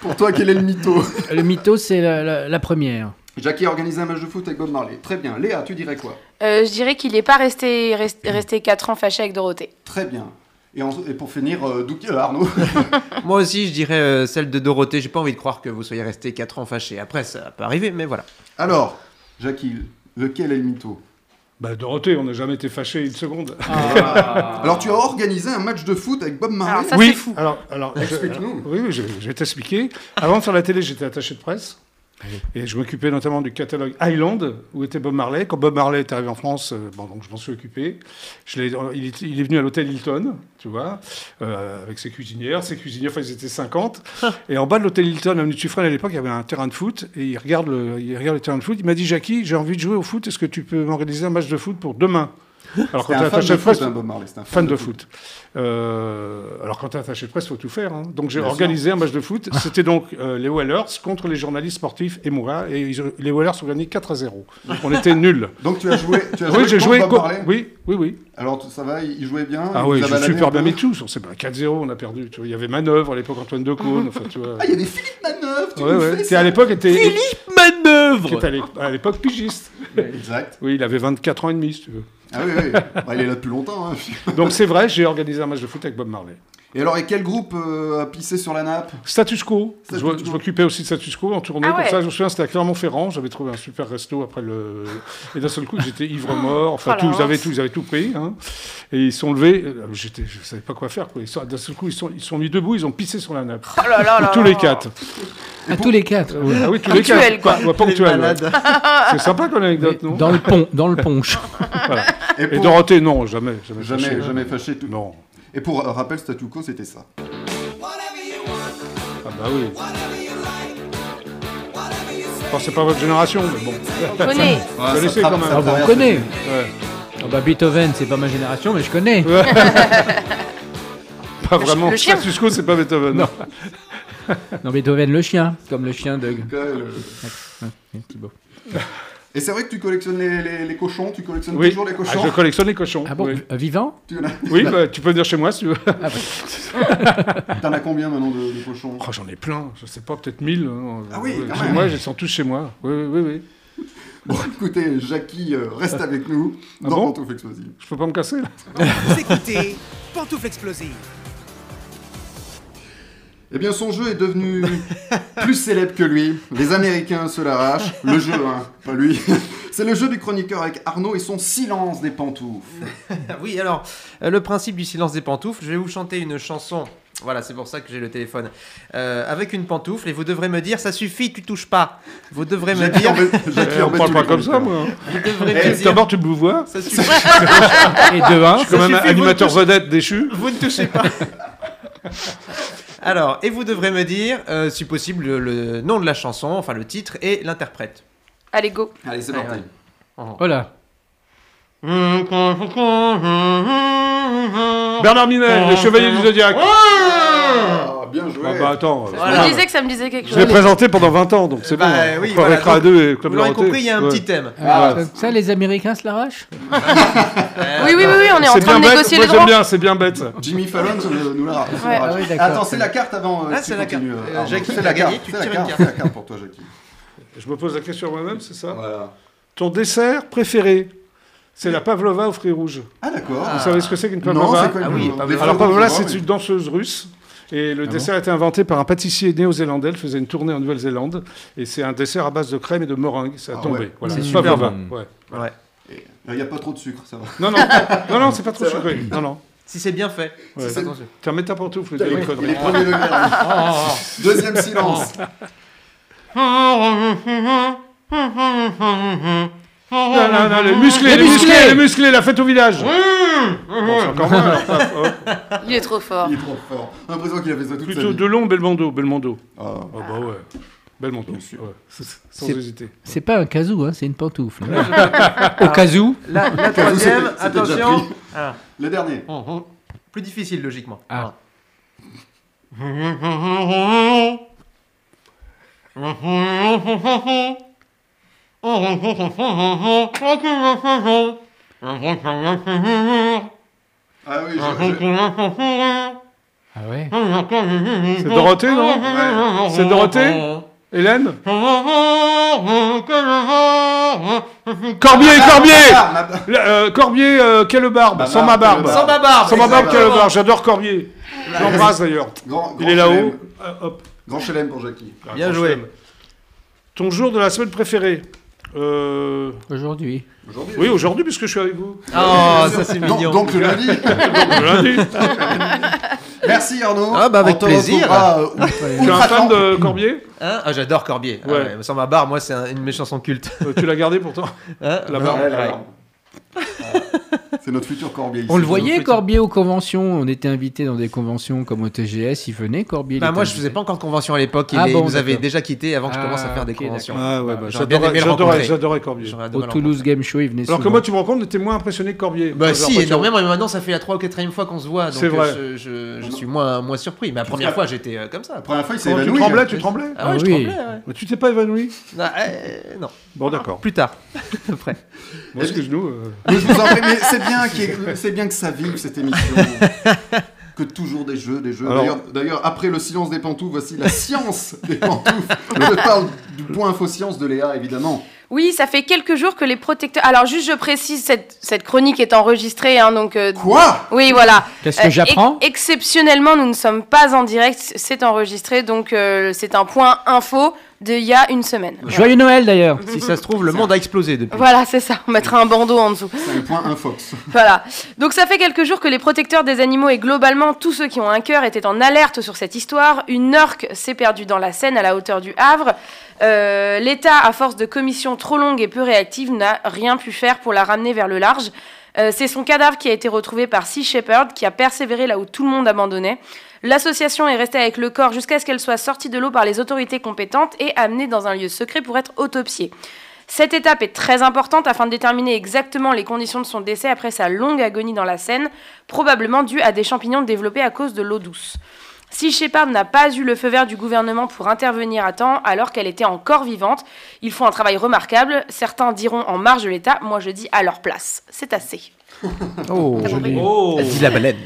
Speaker 2: pour toi, quel est le mytho
Speaker 6: Le mytho, c'est la, la- la première.
Speaker 2: Jackie a organisé un match de foot avec Bob Marley. Très bien. Léa, tu dirais quoi
Speaker 4: Euh, je dirais qu'il n'est pas resté, rest- resté 4 ans fâché avec Dorothée.
Speaker 2: Très bien. Et, en- et pour finir, euh, Douki- euh, Arnaud.
Speaker 3: Moi aussi, je dirais euh, celle de Dorothée. J'ai pas envie de croire que vous soyez resté 4 ans fâché. Après, ça peut arriver, mais voilà.
Speaker 2: Alors, Jackie, lequel est le mytho
Speaker 5: Bah, Dorothée, on n'a jamais été fâché une seconde.
Speaker 2: Alors, tu as organisé un match de foot avec Bob Marley
Speaker 4: Alors, ça,
Speaker 5: oui,
Speaker 4: c'est fou.
Speaker 5: alors, alors, je-
Speaker 2: Explique-nous.
Speaker 5: Oui, oui, je, je vais t'expliquer. Avant de faire la télé, j'étais attaché de presse. Et je m'occupais notamment du catalogue Island, où était Bob Marley. Quand Bob Marley est arrivé en France, euh, bon, donc je m'en suis occupé. Je l'ai- euh, il, est, il est venu à l'hôtel Hilton, tu vois, euh, avec ses cuisinières. Ses cuisinières, enfin, ils étaient 50. et en bas de l'hôtel Hilton, avenue de Suffren, à l'époque, il y avait un terrain de foot. Et il regarde le, il regarde le terrain de foot. Il m'a dit, Jackie, j'ai envie de jouer au foot. Est-ce que tu peux m'organiser un match de foot pour demain Alors quand
Speaker 2: C'était
Speaker 5: t'es
Speaker 2: un fan
Speaker 5: attaché
Speaker 2: de
Speaker 5: de presse,
Speaker 2: foot, hein, Bob Marley, c'était un
Speaker 5: fan de foot. Euh, alors quand t'es attaché de presse, faut tout faire. hein. Donc j'ai
Speaker 2: Bien sûr.
Speaker 5: organisé un match de foot. C'était donc euh, les Wellers contre les journalistes sportifs et moi. Et ils ont- les Wellers ont gagné 4 à 0. Donc on était nuls.
Speaker 2: Donc tu as joué, tu as
Speaker 5: oui, j'ai
Speaker 2: contre
Speaker 5: joué.
Speaker 2: Bob
Speaker 5: co-
Speaker 2: Marley
Speaker 5: Oui, oui, oui.
Speaker 2: Alors ça va, il il jouait bien.
Speaker 5: Ah
Speaker 2: il
Speaker 5: oui,
Speaker 2: vous a
Speaker 5: j'ai
Speaker 2: baladé un
Speaker 5: super bien
Speaker 2: peu
Speaker 5: mis tous. On s'est bien 4-0, on a perdu. tu vois. Il y avait Manœuvre à l'époque, Antoine Decaune. enfin, tu vois.
Speaker 2: Ah, il y avait Philippe Manœuvre, tu
Speaker 5: Ouais,
Speaker 2: nous
Speaker 5: ouais,
Speaker 2: fais
Speaker 5: qui à
Speaker 2: ça.
Speaker 5: l'époque était. Qui
Speaker 3: Manœuvre
Speaker 5: était à l'é- à l'époque pigiste.
Speaker 2: Exact.
Speaker 5: Oui, il avait 24 ans et demi, si tu veux.
Speaker 2: Ah oui, oui. Bah, il est là depuis longtemps. hein.
Speaker 5: Donc c'est vrai, j'ai organisé un match de foot avec Bob Marley.
Speaker 2: Et alors, et quel groupe euh, a pissé sur la nappe
Speaker 5: Status quo. Je-
Speaker 2: Status quo.
Speaker 5: Je m'occupais aussi de status quo en tournée.
Speaker 4: Ah
Speaker 5: comme
Speaker 4: ouais.
Speaker 5: ça, je me souviens, c'était à Clermont-Ferrand. J'avais trouvé un super resto après le. Et d'un seul coup, j'étais ivre mort. Enfin,
Speaker 4: Oh la
Speaker 5: tout, ils, avaient,
Speaker 4: honte.
Speaker 5: tout, ils avaient tout pris. hein. Et ils sont levés. Euh, J'étais, je savais pas quoi faire. quoi. Ils sont- D'un seul coup, ils sont, ils sont mis debout. Ils ont pissé sur la nappe.
Speaker 4: Oh là là là
Speaker 5: Tous
Speaker 4: là.
Speaker 5: les quatre.
Speaker 6: À tous les quatre.
Speaker 5: Euh, Ah oui, tous les
Speaker 4: Ponctuel,
Speaker 5: quatre.
Speaker 4: quoi.
Speaker 5: Ouais, ponctuel, ouais. C'est sympa comme anecdote, non
Speaker 6: Dans le pont, dans le ponche.
Speaker 5: Et
Speaker 2: pour-
Speaker 5: Dorothée, non, jamais. Jamais,
Speaker 2: Jamais,
Speaker 5: fâché.
Speaker 2: jamais fâché. Tout...
Speaker 5: Non.
Speaker 2: Et pour euh, rappel, statu quo, c'était ça.
Speaker 5: Ah bah oui. Enfin, c'est pas votre génération, mais bon.
Speaker 4: On connaît.
Speaker 5: Je
Speaker 2: ça
Speaker 5: laissais
Speaker 2: tra-
Speaker 5: quand même.
Speaker 2: ça
Speaker 6: Ah bon, on
Speaker 2: traverse.
Speaker 6: connaît.
Speaker 5: Ouais.
Speaker 6: Ah bah Beethoven, c'est pas ma génération, mais je connais.
Speaker 5: Pas vraiment.
Speaker 4: le chien.
Speaker 5: Status quo, c'est pas Beethoven. Non.
Speaker 6: Non, Beethoven, le chien, comme le chien de
Speaker 2: Donc, euh, le- Et c'est vrai que tu collectionnes les, les- les cochons, tu collectionnes
Speaker 5: Oui.
Speaker 2: toujours les
Speaker 5: Ah,
Speaker 2: cochons.
Speaker 5: je collectionne les cochons.
Speaker 6: Ah bon,
Speaker 5: Oui,
Speaker 6: euh, vivant
Speaker 2: Tu en as-
Speaker 5: Oui, bah, tu peux venir chez moi si tu veux.
Speaker 2: T'en as combien maintenant de, de cochons
Speaker 5: Oh, J'en ai plein. Je sais pas, peut-être mille. hein.
Speaker 2: Ah oui, quand
Speaker 5: Chez
Speaker 2: même.
Speaker 5: moi, ils sont tous chez moi. Oui, oui, oui. oui.
Speaker 2: Bon, écoutez, Jackie euh, reste avec nous
Speaker 5: Ah
Speaker 2: dans
Speaker 5: bon
Speaker 2: Pantoufle Explosive.
Speaker 5: Je peux pas me casser là.
Speaker 1: Vous écoutez Pantoufle Explosive.
Speaker 2: Eh bien, son jeu est devenu plus célèbre que lui. Les Américains se l'arrachent. Le jeu, hein, pas lui. C'est le jeu du chroniqueur avec Arnaud et son silence des pantoufles.
Speaker 3: Oui, alors, euh, le principe du silence des pantoufles, je vais vous chanter une chanson. Voilà, c'est pour ça que j'ai le téléphone. Euh, avec une pantoufle, et vous devrez me dire, ça suffit, tu touches pas. Vous devrez me
Speaker 2: Jackie
Speaker 3: dire,
Speaker 2: embête- Jackie
Speaker 5: Eh, on
Speaker 2: embête
Speaker 5: parle
Speaker 2: tous
Speaker 5: pas
Speaker 2: les
Speaker 5: comme ça,
Speaker 2: chroniqueurs.
Speaker 5: moi.
Speaker 3: vous devrez
Speaker 5: Eh,
Speaker 3: me dire,
Speaker 5: D'abord, tu me vois.
Speaker 3: ça suffit,
Speaker 6: et de
Speaker 5: Je suis quand
Speaker 3: Ça
Speaker 5: même
Speaker 3: suffit,
Speaker 5: animateur
Speaker 3: vous tous-
Speaker 5: vedette déchu.
Speaker 3: vous ne touchez pas. Alors, et vous devrez me dire, euh, si possible, le, le nom de la chanson, enfin le titre et l'interprète.
Speaker 4: Allez, go.
Speaker 2: Allez,
Speaker 5: Eh,
Speaker 2: c'est parti.
Speaker 3: Ouais,
Speaker 6: Oh là.
Speaker 3: Oh,
Speaker 5: Oh, Bernard Minet, le chevalier du Zodiac.
Speaker 2: Ah, bien joué.
Speaker 5: Ah bah attends. euh,
Speaker 3: Voilà.
Speaker 4: Je me disais que ça me disait quelque
Speaker 5: Je l'ai
Speaker 4: chose.
Speaker 5: présenté pendant 20 ans, donc c'est
Speaker 3: Bah,
Speaker 5: bon.
Speaker 3: oui,
Speaker 5: on
Speaker 3: voilà,
Speaker 5: fera
Speaker 3: donc,
Speaker 5: deux et Club
Speaker 3: Vous l'aurez
Speaker 5: Dorothée.
Speaker 3: compris, il y a un
Speaker 5: Ouais.
Speaker 3: petit thème.
Speaker 6: Ah,
Speaker 5: ouais.
Speaker 6: Ça, les Américains se l'arrachent
Speaker 4: Oui, oui, oui, oui, on est en train
Speaker 5: C'est bien
Speaker 4: de
Speaker 5: bête.
Speaker 4: négocier
Speaker 5: Moi
Speaker 4: les
Speaker 5: j'aime
Speaker 4: droits.
Speaker 5: bien, c'est bien bête. ça.
Speaker 2: Jimmy Fallon nous, nous l'a nous
Speaker 4: Ouais.
Speaker 2: l'a
Speaker 6: Ah
Speaker 2: rappelé.
Speaker 6: oui, d'accord.
Speaker 2: Attends, c'est la carte avant. euh,
Speaker 3: Ah,
Speaker 2: que tu
Speaker 3: c'est la carte.
Speaker 2: continues, euh,
Speaker 3: Euh,
Speaker 2: Arnaud.
Speaker 3: Jackie,
Speaker 2: c'est
Speaker 3: t'as
Speaker 2: la
Speaker 3: gagné,
Speaker 2: carte.
Speaker 3: tu
Speaker 2: C'est la
Speaker 3: tires une
Speaker 2: carte.
Speaker 3: carte.
Speaker 2: C'est la carte pour toi, Jackie.
Speaker 5: Je me pose la question moi-même, c'est ça
Speaker 2: Voilà.
Speaker 5: Ton dessert préféré C'est la pavlova aux fruits rouges.
Speaker 2: Ah d'accord.
Speaker 5: Vous savez ce que c'est qu'une
Speaker 2: Non,
Speaker 5: pavlova
Speaker 2: c'est quoi
Speaker 3: Ah oui, pas
Speaker 5: Alors pavlova,
Speaker 2: là,
Speaker 5: c'est une danseuse russe. Et
Speaker 2: Ah
Speaker 5: le dessert a été inventé par un pâtissier néo-zélandais. Il faisait une tournée en Nouvelle-Zélande. Et c'est un dessert à base de crème et de meringue. Ça a
Speaker 2: Ah
Speaker 5: tombé.
Speaker 2: ouais.
Speaker 5: Voilà.
Speaker 3: C'est
Speaker 5: une
Speaker 3: super
Speaker 5: pavlova.
Speaker 3: bon.
Speaker 5: Ouais.
Speaker 3: Ouais.
Speaker 2: Ah, Il n'y a pas trop de sucre, ça va.
Speaker 5: Non, non, non, non c'est pas trop sucré. Non, non.
Speaker 3: Si c'est bien fait.
Speaker 5: Ouais.
Speaker 3: C'est ça ton jeu.
Speaker 5: T'as mets ta pantoufle,
Speaker 2: Il
Speaker 5: des
Speaker 2: est
Speaker 5: conneries.
Speaker 2: premier degré. hein. Deuxième silence.
Speaker 5: Non, non, non, les musclés, les musclés, les musclés, la fête au village. Bon, c'est encore moins, alors, hop, hop.
Speaker 4: Il est trop fort.
Speaker 2: Il est trop fort. J'ai l'impression qu'il a fait ça toute sa
Speaker 5: Plutôt
Speaker 2: vie.
Speaker 5: Delon, Belmondo, Belmondo.
Speaker 2: Ah.
Speaker 5: Ah bah ouais. Belmondo, ouais. sans
Speaker 6: C'est-
Speaker 5: hésiter.
Speaker 6: C'est pas un casou, hein, c'est une pantoufle. Au casou
Speaker 3: La, la
Speaker 2: J'avoue, c'était-
Speaker 3: troisième,
Speaker 2: c'était déjà
Speaker 3: attention.
Speaker 2: pris.
Speaker 3: Ah.
Speaker 2: Le dernier.
Speaker 3: Plus difficile, logiquement.
Speaker 6: Ah.
Speaker 2: Ah oui, je-
Speaker 6: Ah ouais
Speaker 5: C'est Dorothée, non
Speaker 2: je-
Speaker 5: C'est Dorothée Hélène Corbier, Corbier
Speaker 2: Ah, ma-
Speaker 5: La- euh, Corbier, euh, quelle barbe
Speaker 2: Ma
Speaker 5: Sans ma
Speaker 2: barbe,
Speaker 5: barbe
Speaker 2: quelle
Speaker 3: Sans ma barbe
Speaker 5: Sans ma barbe, quelle
Speaker 3: exactement.
Speaker 5: barbe J'adore Corbier. Je l'embrasse d'ailleurs.
Speaker 2: Grand-
Speaker 5: Il
Speaker 2: grand
Speaker 5: est là-haut.
Speaker 2: chelem.
Speaker 5: Euh, hop.
Speaker 2: Grand chelem pour Jackie.
Speaker 3: Bien joué.
Speaker 5: Ton jour de la semaine préférée Euh,
Speaker 6: Aujourd'hui.
Speaker 2: Aujourd'hui.
Speaker 5: Oui, aujourd'hui, puisque je suis avec vous.
Speaker 3: Oh, ça c'est
Speaker 2: Donc-
Speaker 3: mignon.
Speaker 2: Donc le lundi.
Speaker 5: Le lundi.
Speaker 2: Merci Arnaud.
Speaker 3: Ah, bah, avec
Speaker 2: On te
Speaker 3: plaisir.
Speaker 2: retrouvera, euh, ou-
Speaker 5: Tu es un fan de Corbier
Speaker 3: Hein ah, j'adore Corbier. Ah
Speaker 5: Ouais.
Speaker 3: ouais, sans ma barbe, moi c'est un- une de mes chansons cultes.
Speaker 5: Euh, Tu l'as gardé pourtant
Speaker 3: Hein
Speaker 5: La barbe.
Speaker 2: Ouais,
Speaker 3: Ouais,
Speaker 2: Ah là, là. Ah. C'est notre futur Corbier.
Speaker 6: On
Speaker 2: ici.
Speaker 6: le voyait, Corbier, aux conventions. On était invité dans des conventions comme au TGS. Il venait, Corbier. il
Speaker 3: Bah
Speaker 6: était
Speaker 3: moi je
Speaker 6: invité.
Speaker 3: faisais pas encore de convention à l'époque, il,
Speaker 6: Ah
Speaker 3: est-
Speaker 6: bon,
Speaker 3: il nous avait
Speaker 6: d'accord.
Speaker 3: déjà quitté avant que je commence à
Speaker 6: Ah,
Speaker 3: faire des
Speaker 6: ok,
Speaker 3: conventions.
Speaker 5: Ah ouais, bah,
Speaker 3: J'aurais bien aimé
Speaker 5: j'adorais,
Speaker 3: le
Speaker 5: j'adorais,
Speaker 3: rencontrer.
Speaker 5: j'adorais Corbier.
Speaker 3: J'aurais adoré
Speaker 6: Au
Speaker 3: le
Speaker 6: Toulouse Game Show, il venait
Speaker 5: Alors que
Speaker 6: souvent.
Speaker 5: moi, tu me rends compte, t'étais moins impressionné que Corbier.
Speaker 3: rencontrer. Bah
Speaker 5: J'ai
Speaker 3: si,
Speaker 5: l'impression.
Speaker 3: énormément, mais maintenant ça fait la 3 ou 4 fois qu'on se voit, donc
Speaker 5: C'est vrai.
Speaker 3: euh, je, je- je suis moins, moins surpris. Mais la première fois j'étais euh, comme ça.
Speaker 2: La première fois, il s'est
Speaker 5: Comment Tu
Speaker 2: évanoui.
Speaker 5: tremblais, tu tremblais
Speaker 3: Ah ouais,
Speaker 6: Ah
Speaker 3: je
Speaker 6: oui.
Speaker 3: tremblais, ouais.
Speaker 5: Mais Tu t'es pas évanoui
Speaker 3: Ah, euh, non,
Speaker 5: Bon, d'accord.
Speaker 3: plus tard, après.
Speaker 5: Moi, ce que je nous. euh,
Speaker 2: Mais je vous en prie, mais c'est bien, qu'il y ait- c'est bien que ça vive cette émission. Que toujours des jeux, des jeux.
Speaker 5: Alors-
Speaker 2: D'ailleurs- D'ailleurs, après le silence des pantoufles, voici la science des pantoufles. Je parle du point info science de Léa, évidemment.
Speaker 4: Oui, ça fait quelques jours que les protecteurs. Alors, juste, je précise, cette, cette chronique est enregistrée, hein, donc. euh,
Speaker 2: Quoi
Speaker 4: Oui, voilà.
Speaker 6: Qu'est-ce que
Speaker 4: Euh,
Speaker 6: j'apprends
Speaker 4: ex- Exceptionnellement, nous ne sommes pas en direct, c'est enregistré, donc euh, c'est un point info d'il y a une semaine.
Speaker 6: Joyeux Noël d'ailleurs.
Speaker 3: Si ça se trouve, le monde a explosé depuis.
Speaker 4: Voilà, c'est ça, on mettra un bandeau en dessous.
Speaker 2: C'est un point infox.
Speaker 4: Voilà. Donc ça fait quelques jours que les protecteurs des animaux et globalement tous ceux qui ont un cœur étaient en alerte sur cette histoire. Une orque s'est perdue dans la Seine à la hauteur du Havre. Euh, L'État, à force de commissions trop longues et peu réactives, n'a rien pu faire pour la ramener vers le large. Euh, C'est son cadavre qui a été retrouvé par Sea Shepherd, qui a persévéré là où tout le monde abandonnait. L'association est restée avec le corps jusqu'à ce qu'elle soit sortie de l'eau par les autorités compétentes et amenée dans un lieu secret pour être autopsiée. Cette étape est très importante afin de déterminer exactement les conditions de son décès après sa longue agonie dans la Seine, probablement due à des champignons développés à cause de l'eau douce. Si Shepard n'a pas eu le feu vert du gouvernement pour intervenir à temps alors qu'elle était encore vivante, ils font un travail remarquable. Certains diront en marge de l'État, moi je dis à leur place. C'est assez.
Speaker 6: Oh, joli.
Speaker 3: Elle dit la baleine.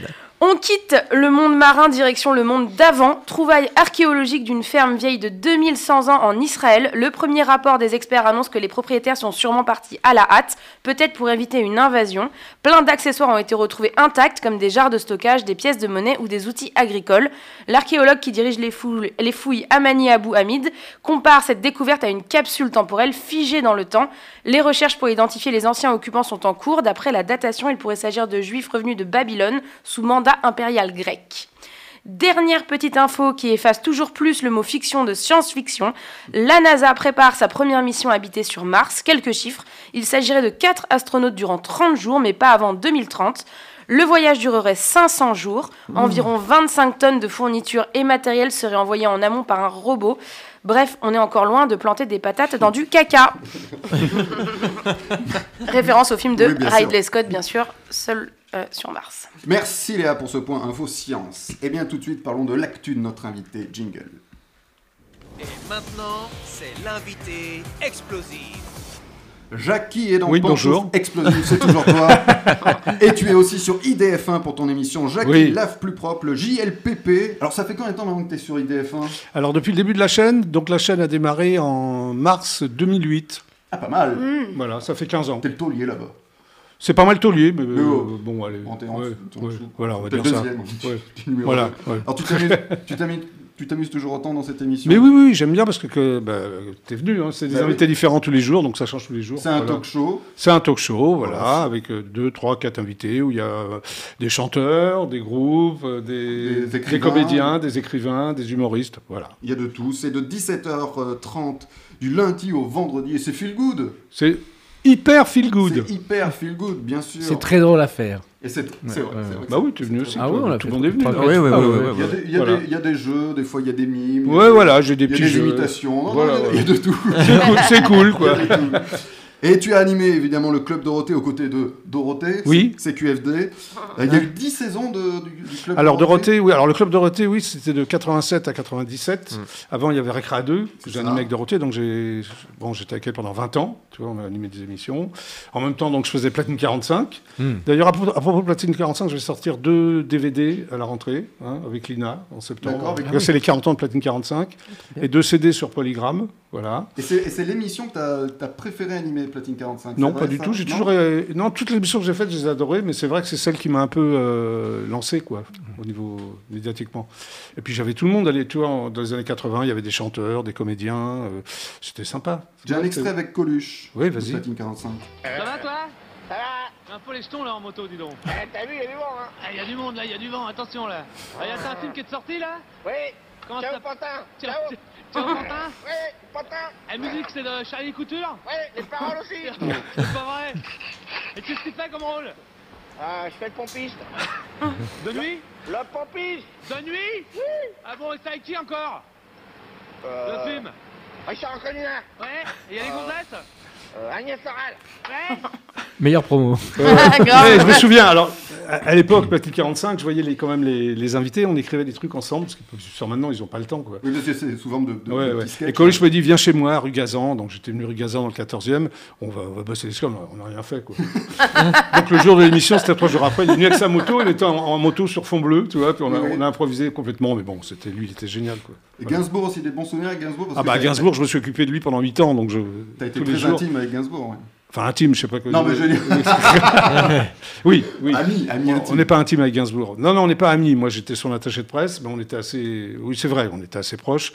Speaker 4: On quitte le monde marin direction le monde d'avant, trouvaille archéologique d'une ferme vieille de 2100 ans en Israël. Le premier rapport des experts annonce que les propriétaires sont sûrement partis à la hâte, peut-être pour éviter une invasion. Plein d'accessoires ont été retrouvés intacts, comme des jarres de stockage, des pièces de monnaie ou des outils agricoles. L'archéologue qui dirige les fouilles, les fouilles Amani Abou Hamid compare cette découverte à une capsule temporelle figée dans le temps. Les recherches pour identifier les anciens occupants sont en cours. D'après la datation, il pourrait s'agir de juifs revenus de Babylone sous mandat impérial grec. Dernière petite info qui efface toujours plus le mot fiction de science-fiction. La NASA prépare sa première mission habitée sur Mars. Quelques chiffres. Il s'agirait de 4 astronautes durant 30 jours, mais pas avant 2030. Le voyage durerait 500 jours.
Speaker 2: Mmh.
Speaker 4: Environ 25 tonnes de fournitures et matériel seraient envoyées en amont par un robot. Bref, on est encore loin de planter des patates dans du caca. Référence au film de
Speaker 2: Oui, bien sûr.
Speaker 4: Ridley Scott, bien sûr, seul euh, sur Mars.
Speaker 2: Merci Léa pour ce point info science. Et bien tout de suite, parlons de l'actu de notre invité, Jingle.
Speaker 1: Et maintenant, c'est l'invité explosif.
Speaker 2: Jackie est dans
Speaker 5: Oui,
Speaker 2: Pantoufles
Speaker 5: bonjour.
Speaker 2: Explosives, c'est toujours toi. Et tu es aussi sur IDF1 pour ton émission Jackie
Speaker 5: Oui.
Speaker 2: Lave Plus Propre, le JLPP. Alors ça fait combien de temps maintenant que tu es sur IDF1
Speaker 5: Alors, depuis le début de la chaîne, donc la chaîne a démarré en mars 2008.
Speaker 2: Ah pas mal
Speaker 5: Voilà, ça fait 15 ans.
Speaker 2: T'es le taulier là-bas.
Speaker 5: C'est pas mal taulier, mais euh,
Speaker 2: oh,
Speaker 5: bon, allez.
Speaker 2: on t'est en
Speaker 5: ouais,
Speaker 2: dessous, t'es en
Speaker 5: ouais,
Speaker 2: dessous.
Speaker 5: voilà, on va
Speaker 2: T'es le
Speaker 5: dire ça.
Speaker 2: deuxième.
Speaker 5: Ouais,
Speaker 2: Tu es numéro
Speaker 5: voilà.
Speaker 2: deux.
Speaker 5: ouais.
Speaker 2: Alors tu t'amuses- tu t'amuses- tu t'amuses toujours autant dans cette émission
Speaker 5: Mais oui, oui, j'aime bien parce que, que bah, t'es venu. hein, c'est des
Speaker 2: Bah oui.
Speaker 5: invités différents tous les jours, donc ça change tous les jours.
Speaker 2: C'est un
Speaker 5: voilà.
Speaker 2: talk show.
Speaker 5: C'est un talk show, voilà,
Speaker 2: Voilà.
Speaker 5: avec euh, deux, trois, quatre invités où il y a euh, des chanteurs, des groupes, euh,
Speaker 2: Des
Speaker 5: des,
Speaker 2: écrivains.
Speaker 5: comédiens, des écrivains, des humoristes, voilà.
Speaker 2: Il y a de tout. C'est de 17h30 du lundi au vendredi et c'est feel good.
Speaker 5: C'est hyper feel good.
Speaker 2: C'est hyper feel good, bien sûr.
Speaker 6: C'est très drôle à faire.
Speaker 2: Et c'est c'est vrai. c'est
Speaker 6: ouais, ouais.
Speaker 2: vrai que c'est-
Speaker 5: Bah oui, tu es venu
Speaker 2: c'est
Speaker 5: aussi.
Speaker 6: Ah
Speaker 5: toi,
Speaker 6: oui, on l'a
Speaker 5: tout
Speaker 6: fait
Speaker 5: le monde est venu.
Speaker 6: trois,
Speaker 5: là.
Speaker 6: quatre
Speaker 3: Oui, oui,
Speaker 6: fois.
Speaker 3: oui,
Speaker 6: Ah
Speaker 3: oui,
Speaker 2: Il y, a des, il y a
Speaker 5: Voilà.
Speaker 2: des- il y a des jeux, des fois il y a des mimes. il y a
Speaker 5: Ouais,
Speaker 2: des-
Speaker 5: voilà, j'ai des
Speaker 2: Il y a
Speaker 5: petits
Speaker 2: des
Speaker 5: jeux.
Speaker 2: imitations. Non, non,
Speaker 5: Voilà,
Speaker 2: il y a- il y a de tout.
Speaker 5: C'est cool- C'est cool, quoi.
Speaker 2: Il y a de tout. Et tu as animé évidemment le club Dorothée aux côtés de Dorothée,
Speaker 5: Oui.
Speaker 2: c'est- CQFD. Euh, Il y a eu 10 saisons de- du, du club
Speaker 5: Alors Dorothée, oui. Alors le club Dorothée, oui, c'était de 87 à 97. Avant, il y avait Récra 2 que
Speaker 2: Mm. C'est
Speaker 5: j'ai
Speaker 2: ça.
Speaker 5: animé avec Dorothée, donc j'ai bon, j'étais avec elle pendant 20 ans. Tu vois, on a animé des émissions. En même temps, donc je faisais Platine 45.
Speaker 2: Mm.
Speaker 5: D'ailleurs, à, pro- à propos de Platine 45, je vais sortir deux DVD à la rentrée hein, avec Lina en septembre.
Speaker 2: D'accord, avec-
Speaker 5: Parce que C'est les 40 ans de Platine 45 et deux CD sur Polygram. Voilà.
Speaker 2: Et c'est et c'est l'émission que tu as, préféré animer, Platine 45
Speaker 5: Non,
Speaker 2: c'est vrai,
Speaker 5: pas du
Speaker 2: ça
Speaker 5: tout. J'ai
Speaker 2: Non
Speaker 5: toujours euh, non toutes les émissions que j'ai faites, je les ai adorées, mais c'est vrai que c'est celle qui m'a un peu euh, lancé quoi
Speaker 2: Mm.
Speaker 5: au niveau médiatiquement. Et puis j'avais tout le monde. allez, tu vois, en- dans les années 80, il y avait des chanteurs, des comédiens. euh, c'était sympa.
Speaker 2: J'ai un extrait avec Coluche.
Speaker 5: Oui,
Speaker 2: de
Speaker 5: vas-y.
Speaker 2: Platine 45.
Speaker 11: Ça va toi Ça va Un peu les jetons là en moto, dis donc. T'as vu, il y a du vent, hein Il y a du monde Ah, là, il y a du vent, attention là. Regarde, t'as un film qui est sorti là Oui Comment Ciao, Pantin Ciao Tu entends pas Ouais, Pantin La musique, c'est de Charlie Couture Ouais, les paroles aussi C'est pas vrai Et qu'est-ce que tu fais comme rôle Ah, je fais le pompiste. De nuit Le pompiste De nuit Oui Ah bon, et c'est avec qui encore Le film Richard Anconina Ouais, et il y a les gonzesses Agnès Soral Ouais
Speaker 6: Meilleure promo.
Speaker 5: Ouais, je me souviens, alors, à, à l'époque, Patrick 45, je voyais les, quand même les, les invités, on écrivait des trucs ensemble, parce que sur maintenant, ils n'ont pas le temps. Quoi.
Speaker 2: Oui, parce que c'est souvent de, de-
Speaker 5: Ouais,
Speaker 2: de
Speaker 5: ouais.
Speaker 2: petits sketchs.
Speaker 5: Et Coluche me dit Viens chez moi, rue Gazan. Donc j'étais venu rue Gazan dans le 14e. On va, on va bosser les scums, on n'a rien fait. Quoi. donc le jour de l'émission, c'était trois jours après. Il est venu avec sa moto, il était en, en moto sur fond bleu, tu vois. Puis on a,
Speaker 2: Oui, oui.
Speaker 5: on a improvisé complètement, mais bon, c'était lui, il était génial. Quoi.
Speaker 2: Et Gainsbourg aussi, des bons souvenirs avec Gainsbourg. parce
Speaker 5: Ah
Speaker 2: que
Speaker 5: bah à
Speaker 2: t'as-
Speaker 5: Gainsbourg, je me suis occupé de lui pendant 8 ans. Donc je.
Speaker 2: T'as été
Speaker 5: tous les
Speaker 2: très
Speaker 5: jours. Euh,
Speaker 2: intime avec Gainsbourg. ouais.
Speaker 5: Enfin, intime, je sais pas quoi.
Speaker 2: Non, mais je Ah, l'ai-
Speaker 5: oui, oui.
Speaker 2: Ami, ami
Speaker 5: On- on
Speaker 2: intime.
Speaker 5: n'est pas intime avec Gainsbourg. Non, non, on n'est pas amis. Moi, j'étais son attaché de presse, mais on était assez. Oui, c'est vrai, on était assez proches.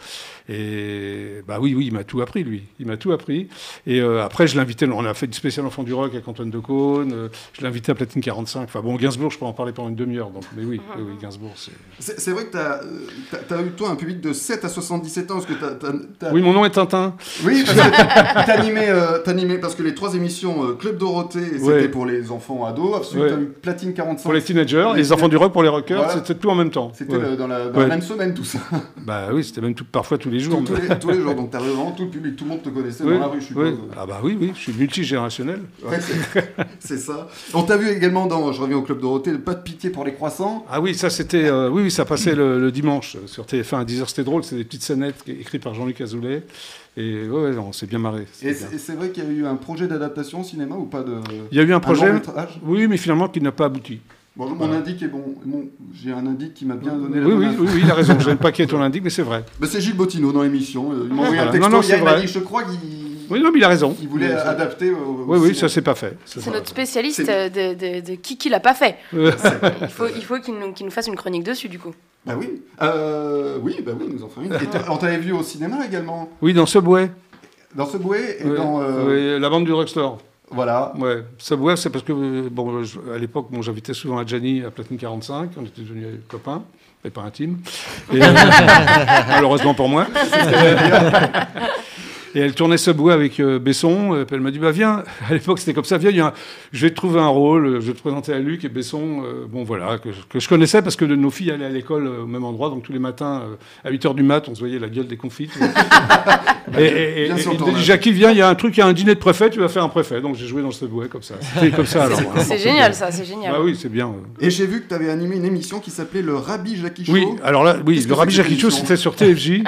Speaker 5: Et bah oui, oui, il m'a tout appris, lui. Il m'a tout appris. Et euh, après, je l'invitais. On a fait une spéciale Enfant du Rock avec Antoine Decaune. euh, je l'invitais à Platine 45. Enfin bon, Gainsbourg, je peux en parler pendant une demi-heure. Donc, mais oui, oui, oui, Gainsbourg, c'est.
Speaker 2: C'est c'est vrai que t'as euh, t'as- t'as eu, toi, un public de 7 à 77 ans. Parce que t'as- t'as- t'as-
Speaker 5: Oui, mon nom est Tintin.
Speaker 2: Oui, parce que t'animais, euh, t'animais- parce que les trois émissions euh, Club Dorothée, c'était
Speaker 5: Ouais.
Speaker 2: pour les enfants ados, absolument,
Speaker 5: Ouais.
Speaker 2: t'as eu Platine 45.
Speaker 5: Pour les teenagers, et les enfants du rock pour les rockers,
Speaker 2: Voilà.
Speaker 5: c'était tout en même temps.
Speaker 2: C'était
Speaker 5: Ouais.
Speaker 2: le- dans, la, dans
Speaker 5: Ouais.
Speaker 2: la même semaine, tout ça.
Speaker 5: Bah oui, c'était même tout- parfois tous les jours.
Speaker 2: tous, tous les, tous les jours. Donc t'as vraiment tout le public, tout le monde te connaissait
Speaker 5: Oui,
Speaker 2: dans la rue, je suppose.
Speaker 5: oui. Ah bah oui, oui, je suis multigénérationnel.
Speaker 2: Ouais, c'est- c'est ça. On t'a vu également dans, je reviens au Club Dorothée, Pas de pitié pour les croissants.
Speaker 5: Ah oui, ça c'était, euh, oui, oui, ça passait le, le dimanche euh, sur TF1 à 10h, c'était drôle, c'était des petites scénettes qui- écrites par Jean-Luc Azoulay, et ouais, ouais, on s'est bien marré. c'était
Speaker 2: Et
Speaker 5: bien.
Speaker 2: c'est et c'est vrai qu'il y a eu un projet d'adaptation au cinéma ou pas de.
Speaker 5: Il y a eu un projet,
Speaker 2: long-métrage
Speaker 5: oui, mais finalement qui n'a pas abouti.
Speaker 2: Bon, mon
Speaker 5: Voilà.
Speaker 2: indique est bon. Mon- J'ai un indique qui m'a bien donné
Speaker 5: Oui,
Speaker 2: la
Speaker 5: oui,
Speaker 2: bonne
Speaker 5: oui,
Speaker 2: info.
Speaker 5: oui, il a raison, j'aime pas qu'il y ait ton indique, mais c'est vrai.
Speaker 2: Bah, c'est Gilles Bottineau dans l'émission. euh, Il m'a envoyé
Speaker 5: Ah, Voilà.
Speaker 2: un texto.
Speaker 5: Non, non,
Speaker 2: hier,
Speaker 5: c'est
Speaker 2: il m'a
Speaker 5: vrai.
Speaker 2: dit, je crois qu'il
Speaker 5: Oui, non, mais il a raison.
Speaker 2: il voulait
Speaker 5: Il a raison.
Speaker 2: adapter. au- au
Speaker 5: Oui, oui,
Speaker 2: cinéma.
Speaker 5: ça c'est pas fait. ça,
Speaker 4: C'est
Speaker 5: pas
Speaker 4: notre
Speaker 5: fait.
Speaker 4: spécialiste
Speaker 2: C'est-
Speaker 4: euh, de, de, de qui qui l'a pas fait.
Speaker 5: Ouais.
Speaker 4: Il faut, il faut qu'il nous, qu'il nous fasse une chronique dessus, du coup.
Speaker 2: Bah oui. Euh, oui, bah oui, nous en ferons une. Et t'as- on t'avait vu au cinéma également.
Speaker 5: Oui, dans Subway.
Speaker 2: Dans Subway et
Speaker 5: Ouais.
Speaker 2: dans. euh,
Speaker 5: Ouais, la bande du Rockstore.
Speaker 2: Voilà.
Speaker 5: Ouais, Subway, c'est parce que, euh, bon, je- à l'époque, bon, j'invitais souvent à Gianni à Platine 45, on était devenus copains, mais pas intimes. Et, euh, malheureusement pour moi. Et elle tournait Subway avec euh, Besson, et puis elle m'a dit, bah viens, à l'époque c'était comme ça, viens, il y a un- je vais te trouver un rôle, euh, je vais te présenter à Luc et Besson, euh, bon voilà, que, je- que je connaissais parce que de- nos filles allaient à l'école euh, au même endroit, donc tous les matins, euh, à 8h du mat, on se voyait la gueule des confites. Et, et- et-
Speaker 2: Bien sûr,
Speaker 5: il me
Speaker 2: tournage.
Speaker 5: dit, Jackie, viens, il y a un truc, il y a un dîner de préfet, tu vas faire un préfet. Donc j'ai joué dans ce bouet comme ça. C'était comme ça alors.
Speaker 4: C'est-
Speaker 5: voilà.
Speaker 4: C'est génial, ça, c'est génial.
Speaker 5: Bah oui, c'est bien.
Speaker 2: Et j'ai vu que t'avais animé une émission qui s'appelait Le Rabbi Jackie Show.
Speaker 5: Oui, alors là, oui,
Speaker 2: Qu'est-ce
Speaker 5: le
Speaker 2: que
Speaker 5: Rabbi
Speaker 2: c'est que
Speaker 5: Jackie Show,
Speaker 2: l'émission
Speaker 5: c'était sur TFJ. une